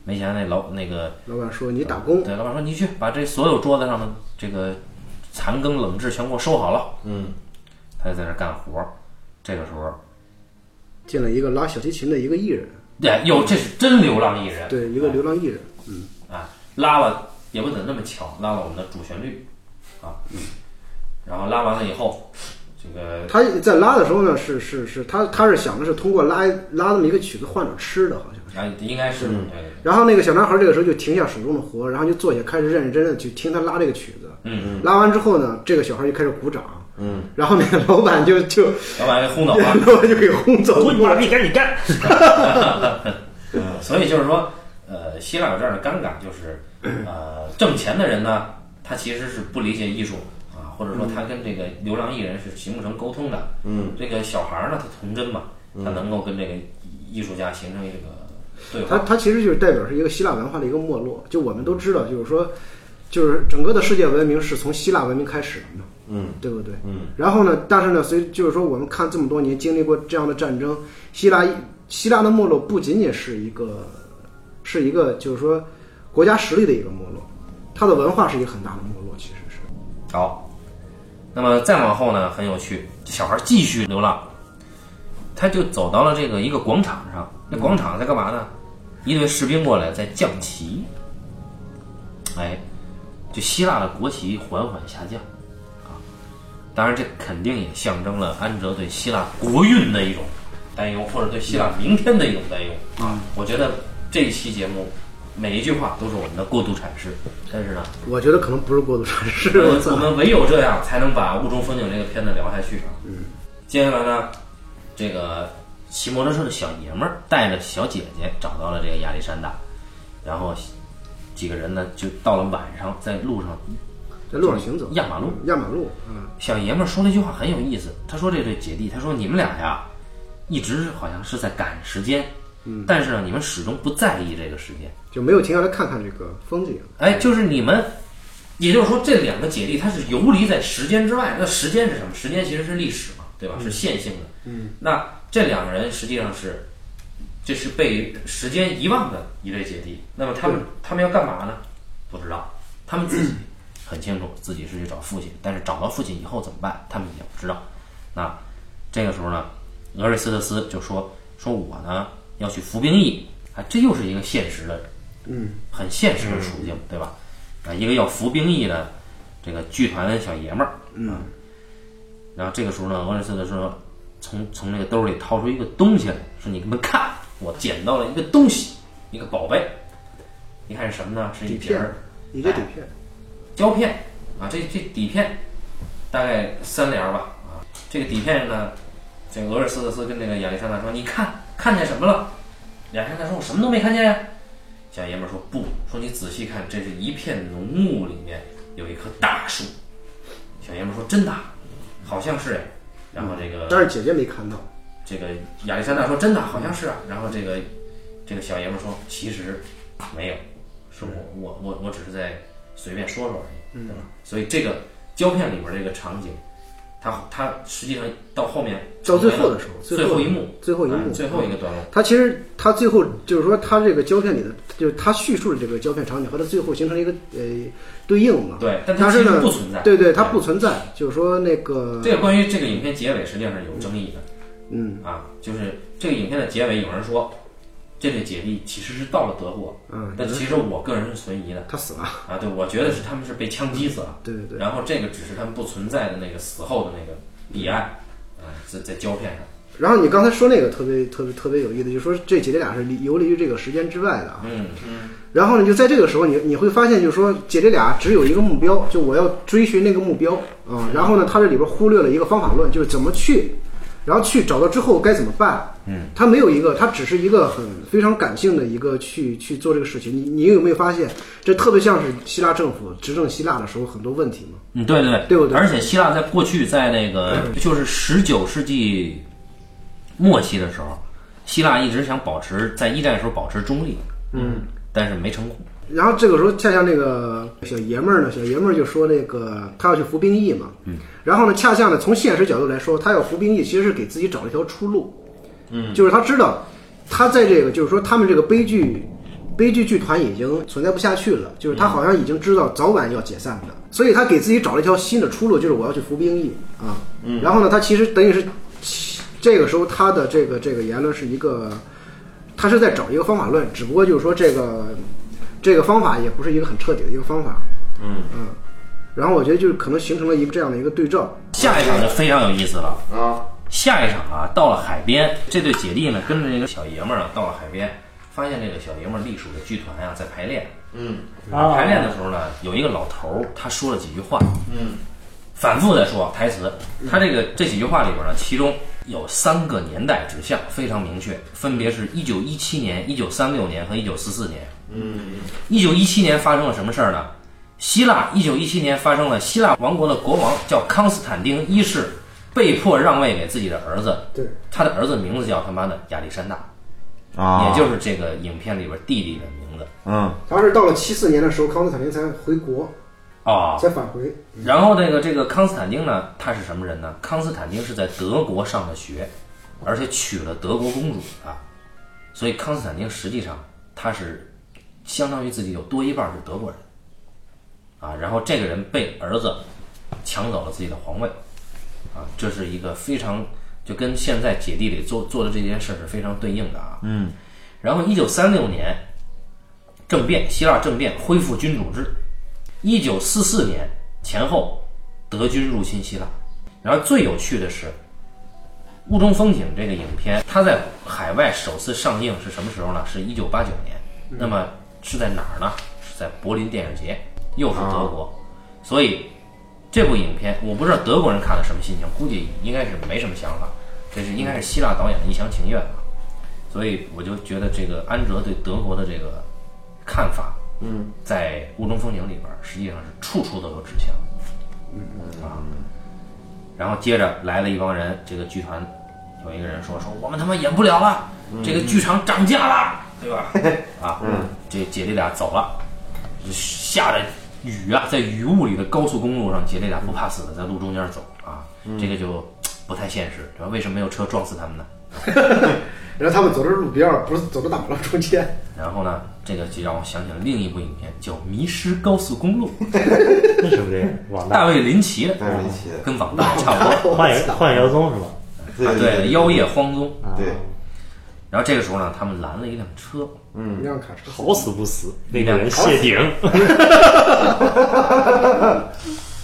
S1: 没钱那老那个
S2: 老板说你打工，
S1: 对老板说你去把这所有桌子上的这个残羹冷炙全给我收好了，
S4: 嗯
S1: 他就在那儿干活儿。这个时候，
S2: 进了一个拉小提琴的一个艺人，
S1: 哎哟，这是真流浪艺人，
S2: 对，一个流浪艺人。
S1: 啊，拉了也不怎么那么巧，拉了我们的主旋律啊，然后拉完了以后，这个
S2: 他在拉的时候呢，是是是，他他是想的是通过拉拉那么一个曲子换着吃的，好像。
S1: 啊应该是对
S2: 然后那个小男孩这个时候就停下手中的活，然后就坐下开始认认真真的去听他拉这个曲子。
S1: 嗯，
S2: 拉完之后呢，这个小孩就开始鼓掌，
S4: 嗯，
S2: 然后那个老板就就 (laughs)
S1: 老板给轰走了。
S2: 老板就给轰走
S3: 滚你妈
S2: 了。
S3: 逼，赶紧干！
S1: 所以就是说，呃，希腊有这样的尴尬，就是呃，挣钱的人呢，他其实是不理解艺术啊，或者说他跟这个流浪艺人是形不成沟通的。
S4: 嗯，
S1: 这个小孩儿呢，他童真嘛，他能够跟这个艺术家形成一个对
S2: 他
S1: 话。
S2: 他其实就是代表是一个希腊文化的一个没落。就我们都知道，就是说，就是整个的世界文明是从希腊文明开始的嘛，
S4: 嗯
S2: 对不对？
S4: 嗯。
S2: 然后呢，但是呢，随就是说，我们看这么多年经历过这样的战争，希腊希腊的没落不仅仅是一个是一个就是说国家实力的一个没落，它的文化是一个很大的没落，其实是。
S1: 好，那么再往后呢，很有趣，这小孩儿继续流浪，他就走到了这个一个广场上，那广场在干嘛呢？一队士兵过来在降旗，哎，就希腊的国旗缓缓下降，啊，当然这肯定也象征了安哲对希腊国运的一种担忧，或者对希腊明天的一种担忧啊。我觉得这一期节目每一句话都是我们的过度阐释，但是呢，
S2: 我觉得可能不是过度阐释，
S1: 我
S2: (laughs) 我
S1: 嗯我
S2: 操，
S1: 们唯有这样，才能把《雾中风景》这个片子聊下去。嗯，接下来呢，这个骑摩托车的小爷们儿带着小姐姐找到了这个亚历山大，然后几个人呢就到了晚上，在路上
S2: 在路上行走，
S1: 压马路。
S2: 压马路，嗯，
S1: 小爷们儿说了一句话很有意思，他说这对姐弟，他说你们俩呀，一直好像是在赶时间，嗯，但是呢，你们始终不在意这个时间。
S2: 就没有停下来看看这个风景。
S1: 哎，就是你们，也就是说这两个姐弟他是游离在时间之外。那时间是什么？时间其实是历史嘛，对吧？是线性的。嗯，那这两个人实际上是，这是被时间遗忘的一对姐弟。那么他们他们要干嘛呢？不知道，他们自己很清楚自己是去找父亲，但是找到父亲以后怎么办，他们也不知道。那这个时候呢，俄瑞斯特斯就说说我呢要去服兵役啊，这又是一个现实的
S2: 嗯
S1: 很现实的处境，对吧？啊，一个要服兵役的这个剧团小爷们儿，嗯，然后这个时候呢，俄罗斯的说，从从那个兜里掏出一个东西来，说你们看，我捡到了一个东西，一个宝贝，一看是什么呢？是一
S2: 底
S1: 瓶
S2: 片
S1: 儿，哎
S2: 一个底片，
S1: 胶片啊，这这底片大概三联儿吧啊，这个底片呢，这个俄尔斯特斯跟那个亚历山大说：“你看看见什么了？”亚历山大说：“我什么都没看见呀、小爷们儿说：“不，说你仔细看，这是一片浓雾里面有一棵大树。”小爷们儿说：“真的啊，好像是哎。”然后这个
S2: 但是姐姐没看到。
S1: 这个亚历山大说：“真的，好像是啊。”然后这个这个小爷们说：“其实没有，是我我我我只是在随便说说而
S2: 嗯
S1: 已，对吧？”所以这个胶片里边这个场景，它它实际上到后面
S2: 到最后的时候，
S1: 最
S2: 后
S1: 一幕，
S2: 最后一幕，
S1: 嗯最后一个段落，
S2: 他其实他最后就是说，他这个胶片里的，就是他叙述的这个胶片场景和他最后形成了一个呃对应嘛。
S1: 对，但它
S2: 但
S1: 其
S2: 是
S1: 实
S2: 呢
S1: 不存在。
S2: 对对，它不存在，就是说那个
S1: 这个关于这个影片结尾实际上是有争议的，
S2: 嗯
S1: 啊，就是这个影片的结尾有人说，这对姐弟其实是到了德国，
S2: 嗯，
S1: 但其实我个人是存疑的
S2: 他死了，
S1: 啊，对我觉得是他们是被枪击死了。
S2: 对对对。
S1: 然后这个只是他们不存在的那个死后的那个彼岸，啊、在在胶片上，
S2: 然后你刚才说那个特别特别特别有意思，就是说这姐弟俩是离游离于这个时间之外的啊。
S1: 嗯，
S2: 然后呢，就在这个时候你，你会发现，就是说姐弟俩只有一个目标，就我要追寻那个目标
S1: 嗯
S2: 啊、然后呢，他这里边忽略了一个方法论，就是怎么去，然后去找到之后该怎么办。嗯，他没有一个，他只是一个很非常感性的一个去去做这个事情。你你有没有发现，这特别像是希腊政府执政希腊的时候很多问题嘛？
S1: 嗯，对对对，
S2: 对不对
S1: 而且希腊在过去，在那个就是十九世纪末期的时候，希腊一直想保持在一战时候保持中立，嗯，但是没成功。
S2: 然后这个时候，恰恰那个小爷们儿呢，小爷们儿就说那个他要去服兵役嘛，嗯，然后呢，恰恰呢，从现实角度来说，他要服兵役其实是给自己找了一条出路，嗯，就是他知道他在这个就是说他们这个悲剧悲剧剧团已经存在不下去了，就是他好像已经知道早晚要解散的，所以他给自己找了一条新的出路，就是我要去服兵役啊，嗯，然后呢，他其实等于是这个时候他的这个这个言论是一个，他是在找一个方法论，只不过就是说这个这个方法也不是一个很彻底的一个方法。
S4: 嗯
S2: 嗯，然后我觉得就是可能形成了一个这样的一个对照。
S1: 下一场就非常有意思了，
S4: 啊，
S1: 下一场啊，到了海边，这对姐弟呢跟着这个小爷们儿啊到了海边，发现这个小爷们儿隶属的剧团啊在排练，
S4: 嗯
S3: 啊，
S1: 排练的时候呢，有一个老头儿，他说了几句话，
S4: 嗯，
S1: 反复的说台词。他这个这几句话里边呢，其中有三个年代指向非常明确，分别是一九一七年、一九三六年和一九四四年。
S4: 嗯
S1: 一九一七年发生了什么事儿呢？希腊一九一七年发生了希腊王国的国王叫康斯坦丁一世被迫让位给自己的儿子，
S2: 对，
S1: 他的儿子名字叫他妈的亚历山大，
S4: 啊，
S1: 也就是这个影片里边弟弟的名字
S4: 嗯
S2: 当时到了七四年的时候，康斯坦丁才回国，
S1: 啊。
S2: 才返回。
S1: 然后这个这个康斯坦丁呢，他是什么人呢？康斯坦丁是在德国上的学，而且娶了德国公主啊，所以康斯坦丁实际上他是相当于自己有多一半是德国人啊。然后这个人被儿子抢走了自己的皇位啊，这是一个非常就跟现在姐弟里做做的这件事是非常对应的啊。
S4: 嗯
S1: 然后一九三六年政变，希腊政变恢复君主制。一九四四年前后，德军入侵希腊。然后最有趣的是，《雾中风景》这个影片，它在海外首次上映是什么时候呢？是一九八九年。那么是在哪儿呢？是在柏林电影节，又是德国。所以这部影片，我不知道德国人看了什么心情，估计应该是没什么想法。这是应该是希腊导演的一厢情愿啊。所以我就觉得这个安哲对德国的这个看法，
S4: 嗯，
S1: 在《雾中风景》里边儿实际上是处处都有指向，嗯啊。然后接着来了一帮人，这个剧团有一个人说说我们他妈演不了了，这个剧场涨价了，对 (laughs) 吧？啊，嗯，这姐弟俩走了，下着雨啊，在雨雾里的高速公路上，姐弟俩不怕死的在路中间走啊，这个就不太现实，对吧？为什么没有车撞死他们呢？
S2: 然后他们走到路边儿，不是走到大马路中间。
S1: 然后呢，这个就让我想起了另一部影片，叫《迷失高速公 (laughs) 路》，
S3: (laughs) 那是不是网
S1: 大
S3: 大
S1: 卫林奇的，
S4: 戴维奇的，
S1: 跟网大差不多。
S2: (laughs)
S3: 幻游幻游宗是
S1: 啊，
S3: 吧？
S1: (laughs) 对，妖夜荒踪。
S3: 啊
S4: 对，
S1: 然后这个时候呢，他们拦了一辆车，
S2: 你让卡车死
S3: 好死不死，那个人谢顶，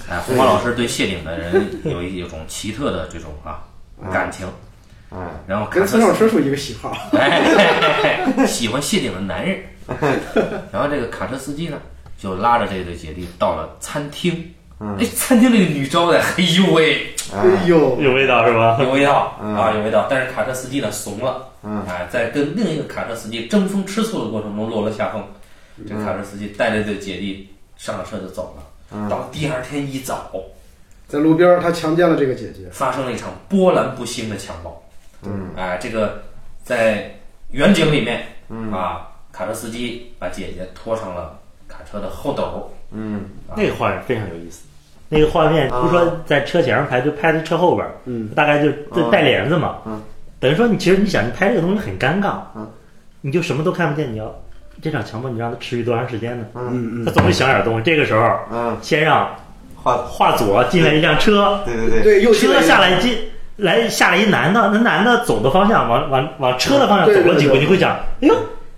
S1: 哎，红花老师对谢顶的人有一有种奇特的这种啊感情。
S4: 哎，
S1: 然后
S2: 跟
S1: 卡
S2: 村上春树一个喜好。
S1: (laughs) 哎，喜欢谢顶的男人。然后这个卡车司机呢，就拉着这对姐弟到了餐厅。哎，餐厅这个女招待，哎呦喂，
S2: 哎呦，
S3: (laughs) 有味道是吧？
S1: 有味道啊，有味道。但是卡车司机呢，怂了，啊，在跟另一个卡车司机争风吃醋的过程中落了下风。这卡车司机带着这对姐弟上了车就走了。到第二天一早，
S2: 在路边儿他强奸了这个姐姐，
S1: 发生了一场波澜不兴的强暴。嗯，哎，这个在远景里面，嗯啊，卡车司机把姐姐拖上了卡车的后斗。
S4: 嗯，
S3: 那个画面非常有意思。啊那个画面不是说在车前上拍，就拍在车后边儿，大概就就带帘子嘛，等于说你其实你想，你拍这个东西很尴尬，你就什么都看不见，你要这场强迫你让它持续多长时间呢？
S2: 嗯
S3: 他总得想点东西。这个时候，
S4: 嗯
S3: 先让
S4: 画，
S3: 画左进来一辆车，
S4: 对对对，
S2: 对，又进
S3: 车
S2: 了一
S3: 下
S2: 个
S3: 来进来下来一男的，那男的走的方向往往往车的方向走了几步，
S2: 对对对
S3: 你会想，哎呦，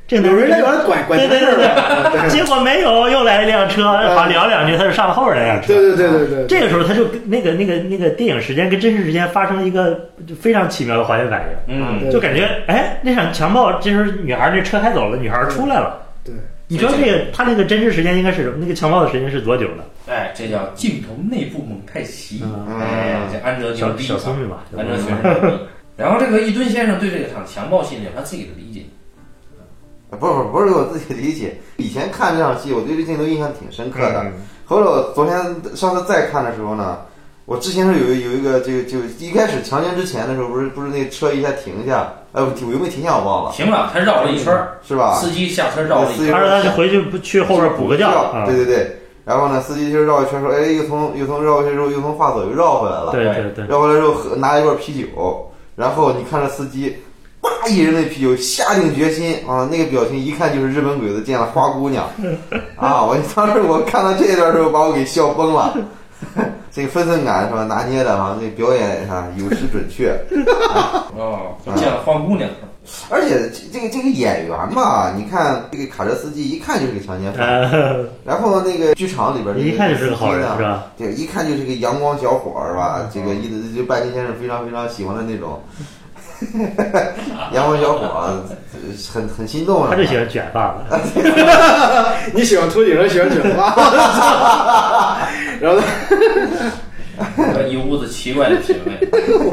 S3: 这男
S2: 有
S3: 的
S2: 人在原来拐拐
S3: 对
S2: 男
S3: 对对
S2: 人了
S3: 对，结果没有，又来一辆车，好像聊两句，他就上了后边那辆车。
S2: (laughs) 对对对对对，
S3: 这个时候他就跟那个那个那个电影时间跟真实时间发生了一个就非常奇妙的化学反应，
S1: 嗯，
S2: 对
S3: 就感觉哎，那场强暴，这时候女孩那车开走了，女孩出来了。
S2: 对
S3: 你知道那个他那个真实时间应该是什么？那个强暴的时间是多久呢？
S1: 哎，这叫镜头内部蒙太奇。
S3: 嗯
S1: 哎，这安德牛
S3: 小
S1: 逼
S3: 小聪
S1: 啊，
S3: 明吧，小
S1: 安
S3: 聪
S1: 德
S3: 明
S1: 牛逼。然后这个一吨先生对这场强暴心理有他自己的理解。
S4: 不是不是我自己理解，以前看这场戏，我对这镜头印象挺深刻
S3: 嗯
S4: 的。后来我昨天上次再看的时候呢，我之前是有有一个就就一开始强奸之前的时候，不是不是那车一下停一下，呃，我有没有停下我忘了，
S1: 停了，他绕了一圈儿，
S4: 是吧？
S1: 司机下车绕了一圈
S4: 司
S1: 儿。
S4: 机
S3: 他说他就回去不去后边补个觉啊，
S4: 对对对。然后呢，司机就绕一圈说，哎，又从又从绕过去之后，又从话左又绕回来了。
S3: 啊对对对，
S4: 绕回来之后喝拿了一罐啤酒，然后你看着司机，哇一人那啤酒，下定决心啊，那个表情一看就是日本鬼子见了花姑
S3: (laughs)
S4: 娘啊！我当时我看到这一段的时候，把我给笑崩了。 (laughs) 这个分寸感是吧？拿捏的啊，这表演啊有失准确，
S1: 哦，就见了花姑娘。
S4: 而且这这个这个演员嘛，你看这个卡车司机一看就是个强奸犯，
S3: 呃，
S4: 然后那个剧场里边这
S3: 一看就是
S4: 司
S3: 个
S4: 机
S3: 好人
S4: 呢
S3: 是吧？
S4: 对，一看就是个阳光小伙儿，是吧？这个一直就拜金先生非常非常喜欢的那种 (laughs) 阳光小伙儿，呃很很心动了。
S3: 他就喜欢卷发了，
S2: (laughs) 你喜欢秃顶人喜欢卷发， (laughs) 然后呢
S1: 一屋子奇怪的品味。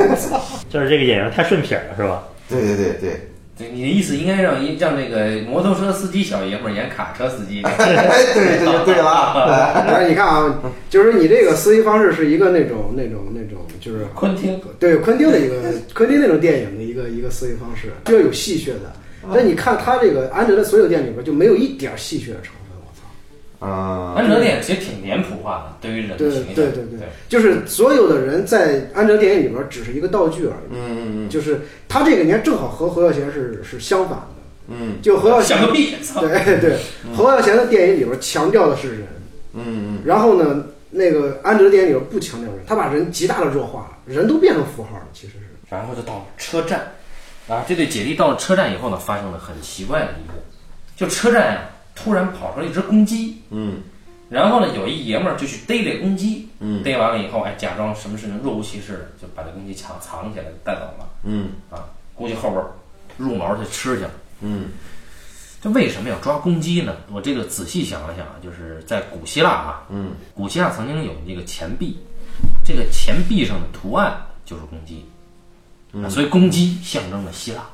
S3: (laughs) 就是这个演员太顺撇了是吧？
S4: 对对对对，
S1: 对，你的意思应该让一让那个摩托车司机小爷们儿演卡车司机。
S4: 哎，对，这就对了啊。
S2: 但是你看啊，就是你这个思维方式是一个那种那种那种，就是
S1: (laughs) 昆汀，
S2: 对昆汀的一个昆汀那种电影的一个一个思维方式，就要有戏谑的。但你看他这个安哲的所有电影里边就没有一点儿戏谑的成分，我操！
S4: 嗯，
S1: 安哲电影其实挺脸谱化的，对于人的
S2: 对
S1: 形象。
S2: 对对对，就是所有的人在安哲电影里边只是一个道具而已。
S4: 嗯嗯
S2: 就是他这个你看正好和侯孝贤是是相反的，
S4: 嗯
S2: 就侯孝贤
S1: 想个屁！操！
S2: 对对，侯孝贤的电影里边强调的是人，
S4: 嗯
S2: 然后呢，那个安哲电影里边不强调人，他把人极大的弱化了，人都变成符号了，其实是。
S1: 然后就到了车站，啊，这对姐弟到了车站以后呢，发生了很奇怪的一幕，就车站啊，突然跑出来一只公鸡，
S4: 嗯
S1: 然后呢，有一爷们儿就去逮这公鸡，
S4: 嗯
S1: 逮完了以后，哎，假装什么事情若无其事的，就把这公鸡藏藏起来带走了，
S4: 嗯
S1: 啊，估计后边儿入毛去吃去了。
S4: 嗯
S1: 这为什么要抓公鸡呢？我这个仔细想了想啊，就是在古希腊啊，
S4: 嗯，
S1: 古希腊曾经有这个钱币，这个钱币上的图案就是公鸡，啊所以公鸡象征了希腊，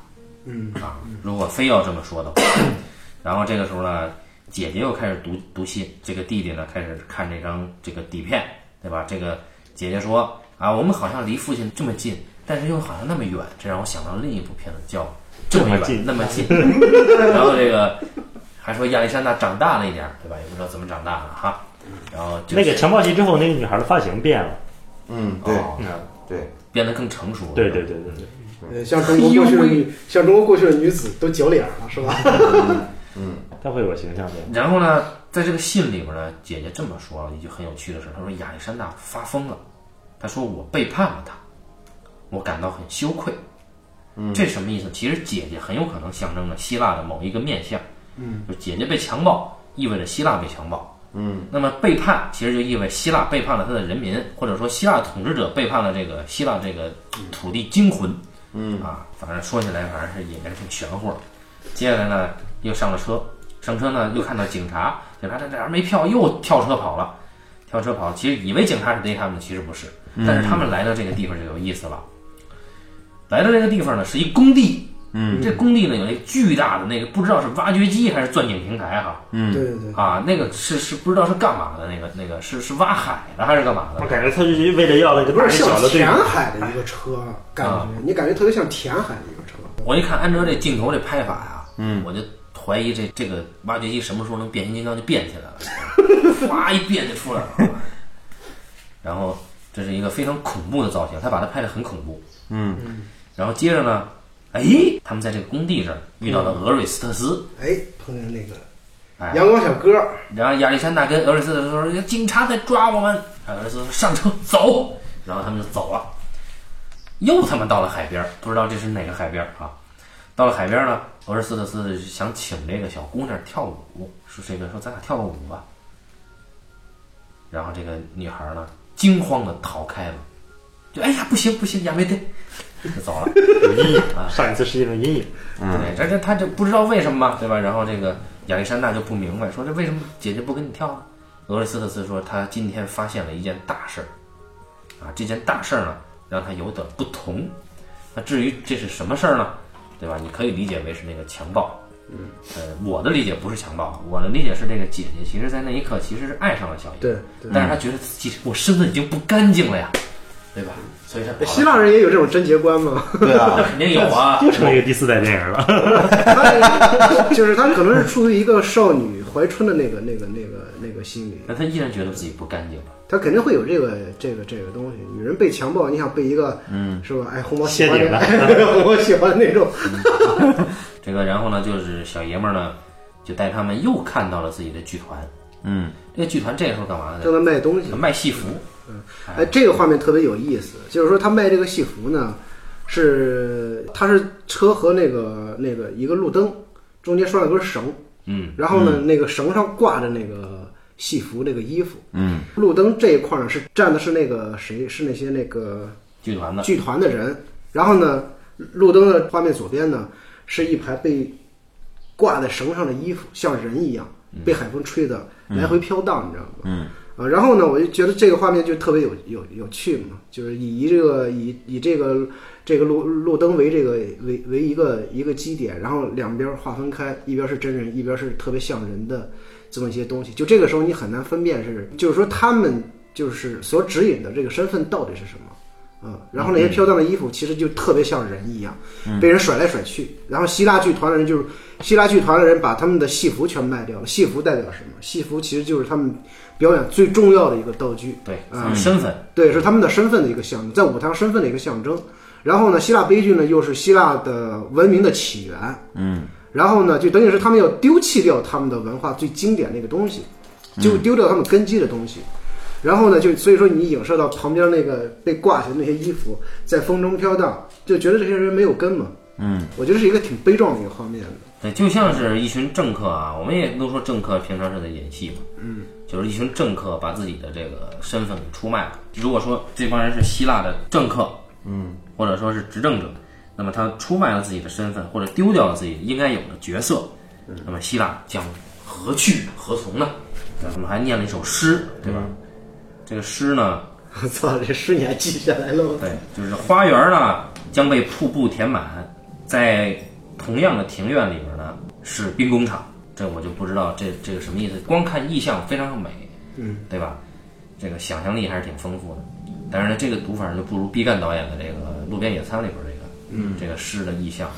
S2: 嗯
S1: 啊，如果非要这么说的话， (clears throat) 然后这个时候呢，姐姐又开始读读信，这个弟弟呢开始看这张这个底片，对吧？这个姐姐说啊，我们好像离父亲这么近，但是又好像那么远，这让我想到另一部片子叫《这么
S3: 这么
S1: 远
S3: 近
S1: 那么
S3: (laughs)
S1: 近》，然后这个还说亚历山大长大了一点儿，对吧？也不知道怎么长大了哈。然后就
S3: 那个强暴期之后，那个女孩的发型变了，
S4: 嗯，对
S1: 哦，
S4: 对，
S1: 变得更成熟了。
S3: 对对对对对，
S2: 呃，像中国过去的女，像中国过去的女子都九脸了，是吧？
S3: 她会有形象变。
S1: 然后呢，在这个信里边呢，姐姐这么说了一句很有趣的事，她说亚历山大发疯了，她说我背叛了他，我感到很羞愧。嗯，这什么意思？其实姐姐很有可能象征着希腊的某一个面相。嗯，就姐姐被强暴，意味着希腊被强暴。
S4: 嗯，
S1: 那么背叛其实就意味希腊背叛了他的人民，或者说希腊统治者背叛了这个希腊这个土地精魂。
S4: 嗯
S1: 啊，反正说起来反正是也是挺玄乎的。接下来呢，又上了车，上车呢又看到警察，警察在这儿没票，又跳车跑了，跳车跑。其实以为警察是逮他们的，其实不是。但是他
S4: 嗯
S1: 们来到这个地方就有意思了。来到这个地方呢，是一工地。嗯，这工地呢有那巨大的那个，不知道是挖掘机还是钻井平台哈、
S2: 嗯，对对对，
S1: 啊，那个是是不知道是干嘛的，那个那个是是挖海的还是干嘛的
S3: 我？感觉他就是为了要那个
S2: 有点
S3: 打那
S2: 像
S3: 小的队
S2: 填
S3: 伍
S2: 海的一啊个车，感觉你感觉特别像填海的一个车。
S1: 我一看安哲这镜头这拍法呀、嗯，我就怀疑这这个挖掘机什么时候能变形金刚就变起 (laughs) 来了，哗一变就出来了。然后这是一个非常恐怖的造型，他把它拍得很恐怖。
S4: 嗯，
S1: 然后接着呢，哎，他们在这个工地这儿遇到了俄瑞斯特斯，
S2: 哎，碰见那个
S1: 哎，
S2: 阳光小哥，
S1: 然后亚历山大跟俄瑞斯特斯说：“警察在抓我们。”俄瑞斯特斯说：“上车走。”然后他们就走了。又他妈到了海边儿，不知道这是哪个海边儿啊？到了海边儿呢，俄瑞斯特斯想请这个小姑娘跳舞，说这个说咱俩跳个舞吧。然后这个女孩儿呢，惊慌的逃开了，就哎呀不行不行，亚没得，就走了。
S3: 有阴影，啊上一次事件的阴影。
S2: 嗯
S1: 对，这这他就不知道为什么嘛，对吧？然后这个亚历山大就不明白，说这为什么姐姐不跟你跳呢？俄罗斯特斯说他今天发现了一件大事儿，啊，这件大事儿呢让他有点不同。那至于这是什么事儿呢？对吧？你可以理解为是那个强暴。嗯，呃，我的理解不是强暴，我的理解是这个姐姐其实，在那一刻其实是爱上了小野，
S2: 对对
S1: 但是她觉得自己我身子已经不干净了呀，对吧？所以她跑到
S2: 嗯哎希腊人也有这种贞洁观吗？
S1: (laughs)
S4: 对啊
S1: 那，肯
S4: (laughs)
S1: 定有啊，
S3: 又成为一个第四代电影了。
S2: 他就是他可能是出于一个少女怀春的那个那个那个那个心理，
S1: 但她依然觉得自己不干净了。
S2: 他肯定会有这个这个这个东西。女人被强暴，你想被一个嗯是吧？哎，红毛喜欢
S3: 谢顶
S2: 的，(laughs)
S3: 了
S2: 红毛喜欢那种，
S1: 这个然后呢，就是小爷们儿呢，就带他们又看到了自己的剧团。
S4: 嗯
S1: 这个剧团这个时候干嘛
S2: 正
S1: 呢？
S2: 在卖东西。
S1: 卖戏服。
S2: 哎，这个画面特别有意思，就是说他卖这个戏服呢，是他是车和那个那个一个路灯中间拴了根绳，
S1: 嗯，
S2: 然后呢、那个绳上挂着那个戏服那个衣服，
S4: 嗯
S2: 路灯这一块呢是站的是那个谁是那些那个
S1: 剧团的。
S2: 剧团的人，然后呢路灯的画面左边呢是一排被挂在绳上的衣服，像人一样
S1: 嗯
S2: 被海风吹的来回飘荡，你知道吗？
S4: 嗯
S2: 啊，然后呢，我就觉得这个画面就特别有有有趣嘛，就是以这个以以这个这个路路灯为这个为为一个一个基点，然后两边划分开，一边是真人，一边是特别像人的这么一些东西。就这个时候你很难分辨是，就是说他们就是所指引的这个身份到底是什么。嗯，然后那些飘荡的衣服其实就特别像人一样，被人甩来甩去。然后希腊剧团的人就是希腊剧团的人把他们的戏服全卖掉了。戏服代表什么？戏服其实就是他们表演最重要的一个道具，
S1: 对，
S2: 嗯
S1: 身份。
S2: 对，是他们的身份的一个象征，在舞台上身份的一个象征。然后呢，希腊悲剧呢又是希腊的文明的起源，
S4: 嗯
S2: 然后呢，就等于是他们要丢弃掉他们的文化最经典的一个东西，
S4: 嗯
S2: 就丢掉他们根基的东西。然后呢，就所以说你影射到旁边那个被挂起的那些衣服在风中飘荡，就觉得这些人没有根嘛。
S4: 嗯
S2: 我觉得是一个挺悲壮的一个画面 (laughs) 的。
S1: 对，就像是一群政客啊，我们也都说政客平常是在演戏嘛，嗯，就是一群政客把自己的这个身份给出卖了。如果说这帮人是希腊的政客，嗯，或者说是执政者，那么他出卖了自己的身份，或者丢掉了自己应该有的角色，那么希腊将何去何从呢？对我们还念了一首诗，对吧？这个诗呢，
S2: 我操，这诗你还记下来了吗？
S1: 对，就是花园呢将被瀑布填满，在同样的庭院里边呢是兵工厂，这我就不知道这这个什么意思。光看意象非常美，嗯，对吧？这个想象力还是挺丰富的。但是呢，这个读法就不如毕赣导演的这个《路边野餐》里边这个，嗯，这个诗的意象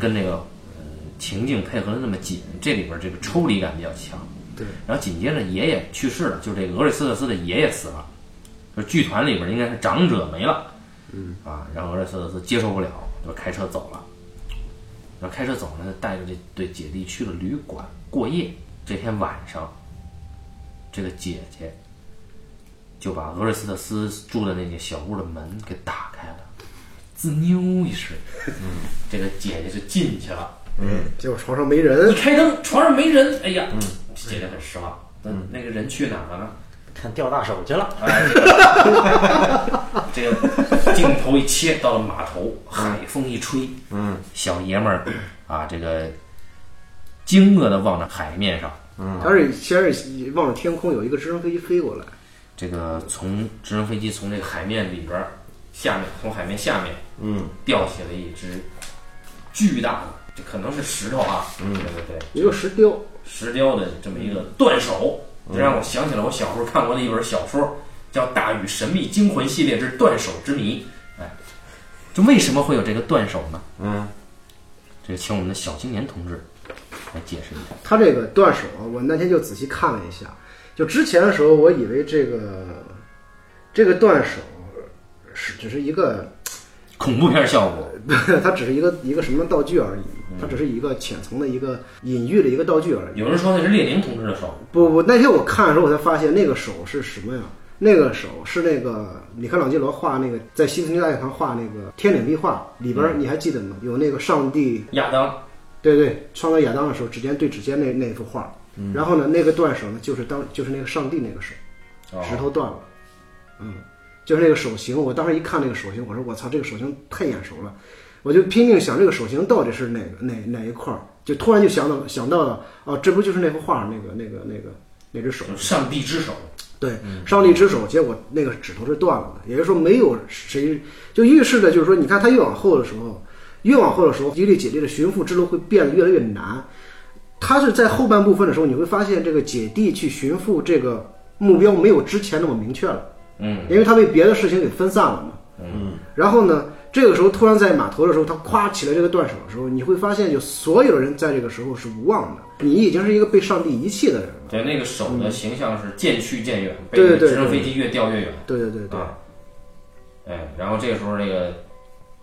S1: 跟这个呃情境配合的那么紧，这里边这个抽离感比较强。
S2: 对，
S1: 然后紧接着爷爷去世了，就是这个俄瑞斯特斯的爷爷死了，就是剧团里边应该是长者没了。啊，然后俄罗斯斯接受不了，就开车走了。然后开车走呢，就带着这对姐弟去了旅馆过夜。这天晚上，这个姐姐就把俄瑞斯特斯住的那个小屋的门给打开了，滋妞一声，嗯这个姐姐就进去了。
S2: 结果床上没
S1: 一
S2: 人，
S1: 开灯，床上没人，哎呀，这姐姐很失望。那那个人去哪儿了呢？
S3: 看掉大手去了，
S1: 这个镜头一切到了码头，海风一吹，嗯，小爷们儿啊，这个惊愕的望着海面上，
S4: 嗯
S2: 他是先是望着天空有一个直升飞机飞过来，
S1: 这个从直升飞机从这个海面里边儿下面，从海面下面
S4: 嗯，
S1: 掉起了一只巨大的，这可能是石头啊，嗯，对对对，
S2: 一个石雕，
S1: 石雕的这么一个断手，这让我想起了我小时候看过的一本小说，叫《大禹神秘惊魂系列之断手之谜》。哎，这为什么会有这个断手呢？
S4: 嗯，
S1: 这个请我们的小青年同志来解释一下。
S2: 他这个断手啊，我那天就仔细看了一下，就之前的时候，我以为这个这个断手是只是一个， (laughs)
S1: 恐怖片效果，
S2: 它只是一个一个什么道具而已嘛，它只是一个浅层的一个隐喻的一个道具而已。
S1: 有人说那是列宁同志的手，
S2: 不不，那天我看的时候，我才发现那个手是什么呀？那个手是那个米开朗基罗画那个在西斯廷大教堂画那个天顶壁画里边儿，你还记得吗？有那个上帝
S1: 亚当
S2: 对对，创造亚当的时候，指尖对指尖那那幅画，然后呢，那个断手呢，就是当就是那个上帝那个手，
S1: 哦
S2: 石头断了，嗯，就是那个手型。我当时一看那个手型，我说我操，这个手型太眼熟了，我就拼命想这个手型到底是哪个哪哪一块儿，就突然就想到想到了，哦，这不就是那幅画上那个那个那个那只手
S1: 就？是上帝之手，
S2: 对，
S1: 嗯
S2: 上帝之手，结果那个指头是断了的，也就是说没有谁就预示着，就是说，你看他越往后的时候，越往后的时候，一力解力的寻父之路会变得越来越难。他是在后半部分的时候，你会发现这个姐弟去寻父这个目标没有之前那么明确了，
S1: 嗯，
S2: 因为他被别的事情给分散了嘛。
S1: 嗯，
S2: 然后呢，这个时候突然在码头的时候，他夸起了这个断手的时候，你会发现，就所有人在这个时候是无望的，你已经是一个被上帝遗弃的人了。
S1: 对，那个手的形象是渐去渐远，被
S2: 嗯对对对
S1: 直升飞机越掉越远。
S2: 对对对对。
S1: 啊，哎，然后这个时候那个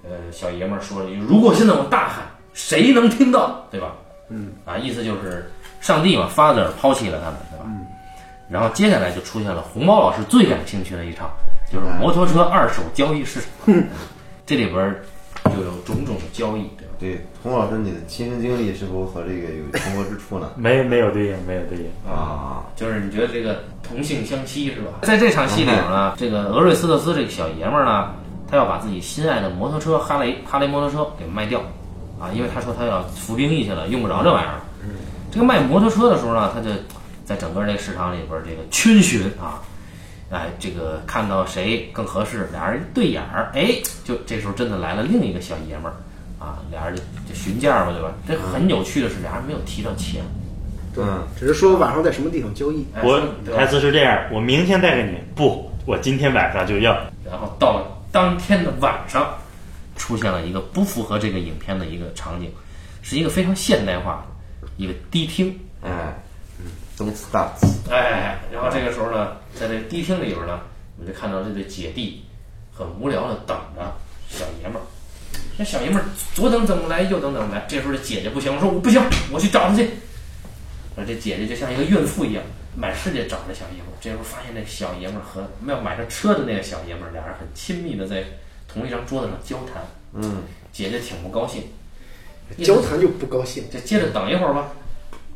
S1: 呃小爷们儿说了一句：“如果现在我大喊，谁能听到？对吧？”嗯，啊，意思就是上帝嘛，Father 抛弃了他们，对吧？嗯。然后接下来就出现了红猫老师最感兴趣的一场，就是
S2: 嗯
S1: 摩托车二手交易市场。这里边儿就有种种交易，对吧？
S4: 对，童老师，你的亲身经历是否和这个有重合之处呢？
S3: 没没有对应，没有对应。
S4: 啊，
S1: 就是你觉得这个同性相吸是吧？在这场戏里面呢，这个俄瑞斯特斯这个小爷们儿呢，他要把自己心爱的摩托车哈雷哈雷摩托车给卖掉，啊，因为他说他要服兵役去了，用不着这玩意儿。这个卖摩托车的时候呢，他就在整个这个市场里边儿这个逡巡啊，哎，这个看到谁更合适，俩人一对眼儿，哎，就这时候真的来了另一个小爷们儿。啊，俩人就就询价嘛，对吧？这很有趣的是，俩人没有提到钱。
S4: 嗯，
S2: 只是说晚上在什么地方交易。
S1: 哎
S3: 我
S1: 对吧
S3: 台词是这样：我明天带给你，不，我今天晚上就要。
S1: 然后到了当天的晚上，出现了一个不符合这个影片的一个场景，是一个非常现代化的一个迪厅。
S4: 哎，东次大
S1: 哎，然后这个时候呢，在这个迪厅里边呢，我们就看到这对姐弟很无聊的等着小爷们儿。那小爷们儿左等怎么来，右等怎么来。这时候这姐姐不行，我说我不行，我去找他去。而这姐姐就像一个孕妇一样，满世界找这小爷们儿。这时候发现那小爷们儿和要买上车的那个小爷们儿，俩人很亲密的在同一张桌子上交谈。
S4: 嗯，
S1: 姐姐挺不高兴，
S2: 交谈就不高兴，
S1: 就接着等一会儿吧。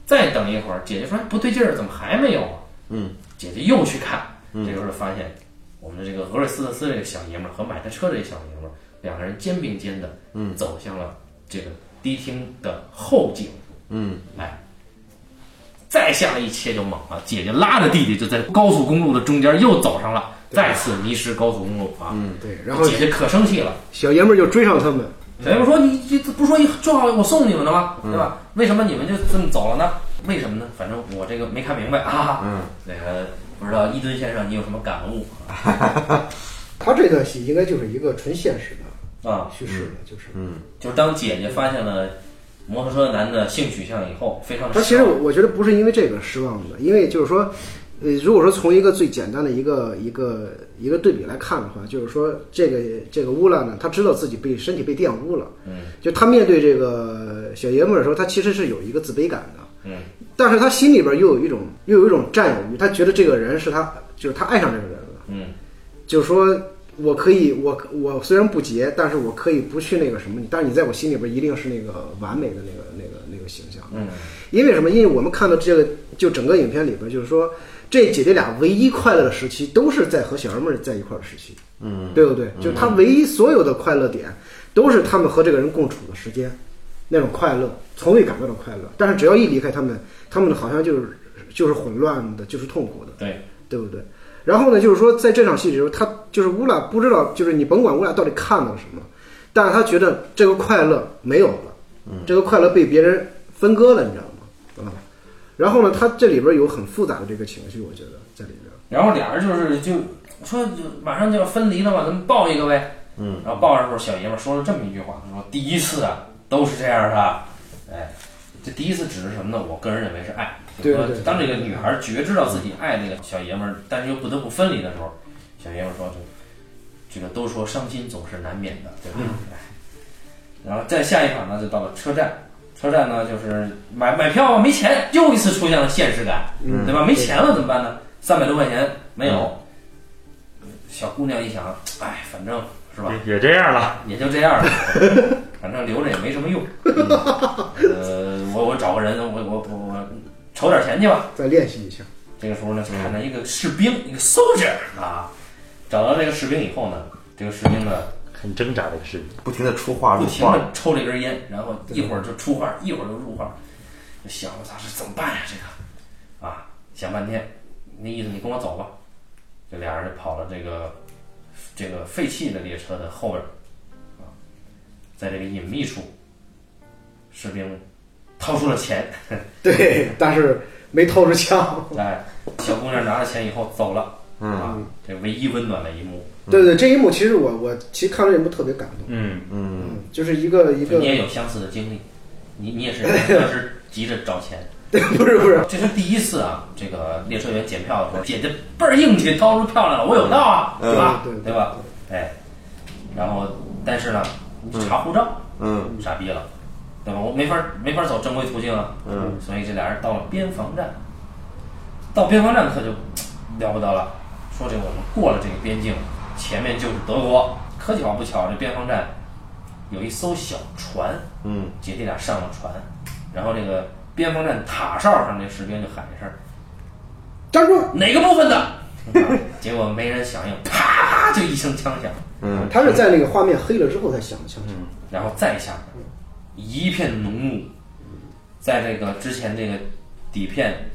S1: 再等一会儿，姐姐说哎不对劲儿，怎么还没有啊？
S4: 嗯，
S1: 姐姐又去看，这时候就发现我们的这个俄瑞斯特斯这个小爷们儿和买他车这个小爷们儿，两个人肩并肩的，嗯，走向了这个迪厅的后景，
S4: 嗯，
S1: 哎，再下一切就猛了，姐姐拉着弟弟就在高速公路的中间又走上了，再次迷失高速公路啊，嗯，
S2: 对，然后
S1: 姐姐可生气了。
S2: 小爷们儿就追上他们，
S1: 小爷们说：“你这嗯不是说正好我送你们的吗？
S2: 嗯
S1: 对吧？为什么你们就这么走了呢？为什么呢？反正我这个没看明白啊。
S4: 嗯，
S1: 那个不知道伊顿先生你有什么感悟
S2: 他这段戏应该就是一个纯现实的
S1: 啊？
S2: 叙事了，就是。
S1: 就是当姐姐发现了摩托车男的性取向以后，非常的
S2: 他其实我我觉得不是因为这个失望的，因为就是说，呃，如果说从一个最简单的一个一个一个对比来看的话，就是说这个这个乌拉呢，他知道自己被身体被玷污了，
S1: 嗯，
S2: 就他面对这个小爷们儿的时候，他其实是有一个自卑感的，
S1: 嗯，
S2: 但是他心里边又有一种又有一种占有欲，他觉得这个人是他就是他爱上这个人了。
S1: 嗯
S2: 就是说我可以，我我虽然不结，但是我可以不去那个什么你，但是你在我心里边一定是那个完美的那个那个那个形象。
S1: 嗯
S2: 因为什么？因为我们看到这个，就整个影片里边，就是说这姐弟俩唯一快乐的时期，都是在和小人们在一块儿的时期，
S4: 嗯，
S2: 对不对？就是他唯一所有的快乐点，都是他们和这个人共处的时间，那种快乐，从未感到的快乐。但是只要一离开他们，他们好像就是就是混乱的，就是痛苦的，
S1: 对，
S2: 对不对？然后呢，就是说在这场戏里头，他就是乌拉不知道，就是你甭管乌拉到底看到了什么，但是他觉得这个快乐没有了，这个快乐被别人分割了，你知道吗？啊、然后呢，他这里边有很复杂的这个情绪，我觉得在里边。
S1: 然后俩人就是就说就马上就要分离了嘛，咱们抱一个呗。
S4: 嗯，
S1: 然后抱着的时候，小爷们儿说了这么一句话，他说第一次啊都是这样的啊，哎，这第一次指的是什么呢？我个人认为是爱。
S2: 对
S1: 就是说
S2: 对对
S1: 当这个女孩觉知到自己爱那个小爷们儿，但是又不得不分离的时候，小爷们儿说就这个都说伤心总是难免的，对吧？
S2: 嗯
S1: 哎然后再下一场呢，就到了车站。车站呢，就是买买票啊没钱，又一次出现了现实感，
S2: 嗯
S1: 对吧？没钱了怎么办呢？三百多块钱没有。小姑娘一想，哎，反正是吧，
S3: 也也这样了，
S1: 也就这样了，反正留着也没什么用。呃，我我找个人，我我我我筹点钱去吧。
S2: 再练习一下。
S1: 这个时候呢，看到一个士兵，一个 soldier 啊，找到这个士兵以后呢，这个士兵呢
S3: 很挣扎这个事情。
S4: 不停的出话
S2: 啊
S1: 不
S4: 入
S1: 停
S4: 话，
S1: 的抽了一根烟，然后一会儿就出画，一会儿就入画，就想我操，这怎么办呀？这个啊，想半天，那意思你跟我走吧。这俩人就跑了这个这个废弃的列车的后边儿啊，在这个隐秘处，士兵掏出了
S2: (laughs)
S1: 钱，
S2: (laughs) 对，但是没掏出枪。
S1: 哎，小姑娘拿了钱以后走了，
S4: 嗯
S1: 啊，这唯一温暖的一幕，
S2: (laughs) 对对，这一幕其实我我其实看了这一幕特别感动，
S3: 嗯，
S4: 嗯，
S2: 嗯，就是一个一
S1: 就
S2: 个
S1: 你也有相似的经历，你你
S2: (laughs)
S1: 也是，你也是急着找钱。
S2: 对， (laughs) 不是不是，
S1: 这是第一次啊，这个列车员检票的时候，姐姐倍儿硬气，掏出票来了，我有到啊，
S4: 嗯
S1: 对吧？
S2: 对对
S1: 对吧？哎，然后但是呢，你查护照，
S4: 嗯，
S1: 傻逼了，对吧？我没法没法走正规途径啊，嗯，所以这俩人到了边防站，到边防站可就了不得了，说这我们过了这个边境，前面就是德国。可巧不巧，这边防站有一艘小船，
S4: 嗯，
S1: 姐弟俩上了船，然后这个边防站塔哨上那士兵就喊一声
S2: 站住！：“
S1: 哪个部分的？” (laughs) 啊结果没人响应，啪就一声枪响，
S2: 他是在那个画面黑了之后才想的枪声，
S1: 然后再下面一片浓雾，在这个之前这个底片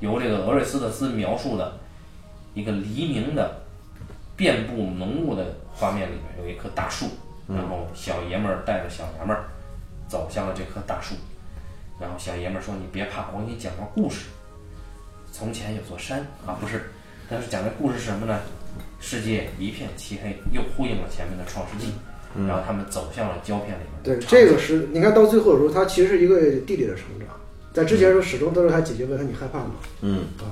S1: 由这个俄瑞斯特斯描述的一个黎明的遍布浓雾的画面里面有一棵大树，然后小爷们儿带着小娘们儿走向了这棵大树，然后小爷们儿说：“你别怕，我给你讲个故事。从前有座山啊，不是，但是讲的故事是什么呢？世界一片漆黑，又呼应了前面的《创世纪》然后他们走向了胶片里面的
S2: 对，
S1: 场景。
S2: 这个是你看到最后的时候，他其实是一个弟弟的成长，在之前的时候始终都是他姐姐问他你害怕吗？
S4: 嗯
S2: 啊，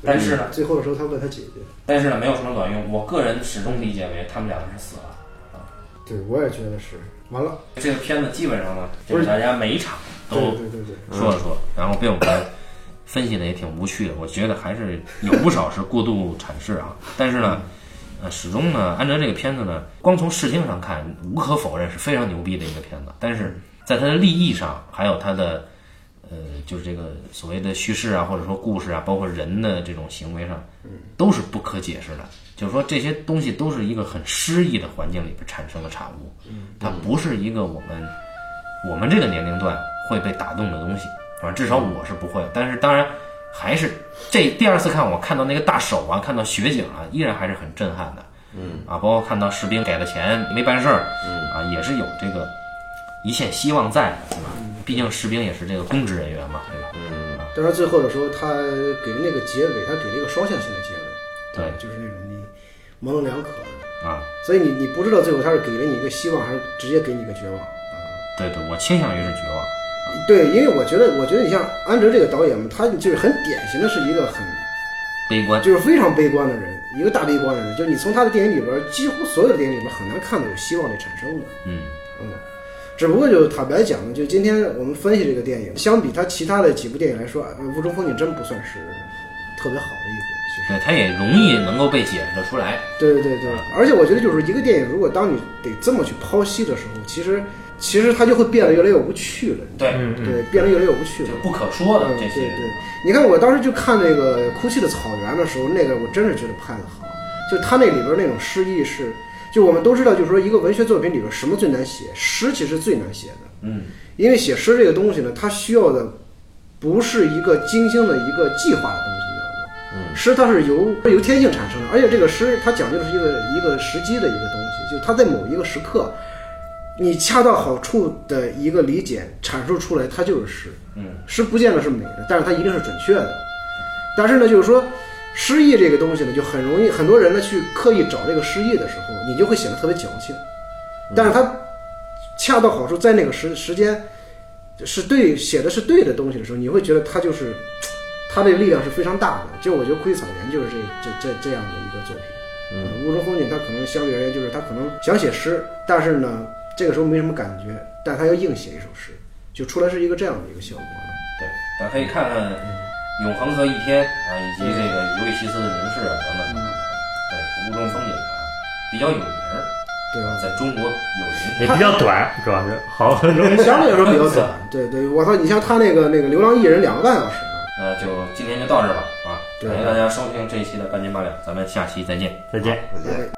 S1: 但是呢，
S2: 最后的时候他问他姐姐，
S1: 但是呢，没有什么卵用。我个人始终理解为他们两个是死了。
S2: 对我也觉得是完了，
S1: 这个片子基本上呢，就
S2: 不
S1: 是
S2: 是
S1: 大家每一场
S2: 对
S1: 都
S2: 对对对，
S1: 说了说，然后被我们分析的也挺无趣的。我觉得还是有不少是过度阐释啊，但是呢，呃，始终呢，安哲这个片子呢，光从视听上看，无可否认是非常牛逼的一个片子，但是在它的立意上，还有它的呃，就是这个所谓的叙事啊，或者说故事啊，包括人的这种行为上，都是不可解释的。就是说，这些东西都是一个很诗意的环境里边产生的产物，它不是一个我们我们这个年龄段会被打动的东西，反正至少我是不会。但是当然，还是这第二次看，我看到那个大手啊，看到雪景啊，依然还是很震撼的。嗯啊，包括看到士兵给了钱没办事儿，嗯啊，也是有这个一线希望在的，对吧？毕竟士兵也是这个公职人员嘛，对吧？嗯啊，
S2: 但是最后的时候他给那个结尾，他给了一个双线性的结尾，
S1: 对
S2: 就是那种你模棱两可的，
S1: 啊，
S2: 所以你你不知道最后他是给了你一个希望，还是直接给你一个绝望啊？
S1: 对对，我倾向于是绝望。
S2: 对，因为我觉得，我觉得你像安哲这个导演嘛，他就是很典型的是一个很
S1: 悲观，
S2: 就是非常悲观的人，一个大悲观的人。就是你从他的电影里边，几乎所有的电影里边很难看到有希望的产生的。
S1: 嗯，
S2: 嗯，只不过就坦白讲呢，就今天我们分析这个电影，相比他其他的几部电影来说，呃《雾中风景》真不算是特别好的一部。其实，
S1: 对，它也容易能够被解释的出来。
S2: 对对对，而且我觉得就是一个电影，如果当你得这么去剖析的时候，其实其实它就会变得越来越无趣了。
S1: 对，
S3: 嗯嗯
S2: 对，变得越来越无趣了
S1: 就。不可说的
S2: 嗯，
S1: 这
S2: 对
S1: 些，
S2: 对，你看我当时就看那个《哭泣的草原》的时候，那个我真是觉得拍的好，就他那里边那种诗意是，就我们都知道，就是说一个文学作品里边什么最难写，诗其实最难写的，
S1: 嗯，
S2: 因为写诗这个东西呢，它需要的不是一个精心的一个计划的东西，你知道吗？
S4: 嗯
S2: 诗它是由由天性产生的，而且这个诗它讲究的是一个一个时机的一个东西，就它在某一个时刻，你恰到好处的一个理解阐述出来，它就是诗。
S1: 嗯，
S2: 诗不见得是美的，但是它一定是准确的。但是呢，就是说诗意这个东西呢，就很容易很多人呢去刻意找这个诗意的时候，你就会显得特别矫情。但是它恰到好处，在那个时时间是对写的是对的东西的时候，你会觉得它就是它的力量是非常大的。就我觉得《枯草原》就是这这这这样的一个作品。
S4: 嗯
S2: 嗯，雾中风景它可能相对而言就是它可能想写诗，但是呢，这个时候没什么感觉，但他要硬写一首诗，就出来是一个这样的一个效果。
S1: 对，咱可以看看
S2: 嗯
S1: 《永恒和一天》啊，以及这个《尤利西斯的凝视》啊等等，对，《雾中风景》啊，比较有名儿，
S2: 对吧？
S1: 在中国有名。
S3: 也比较短，主要是好很容易
S2: 相对来说比较短，嗯对对，我操！你像他那个那个《流浪艺人》两个半小时呢，
S1: 那呃就今天就到这儿吧，啊，
S2: 对
S1: 感谢大家收听这一期的半斤八两，咱们下期再见。
S3: 再见。
S4: 再见。
S2: 哎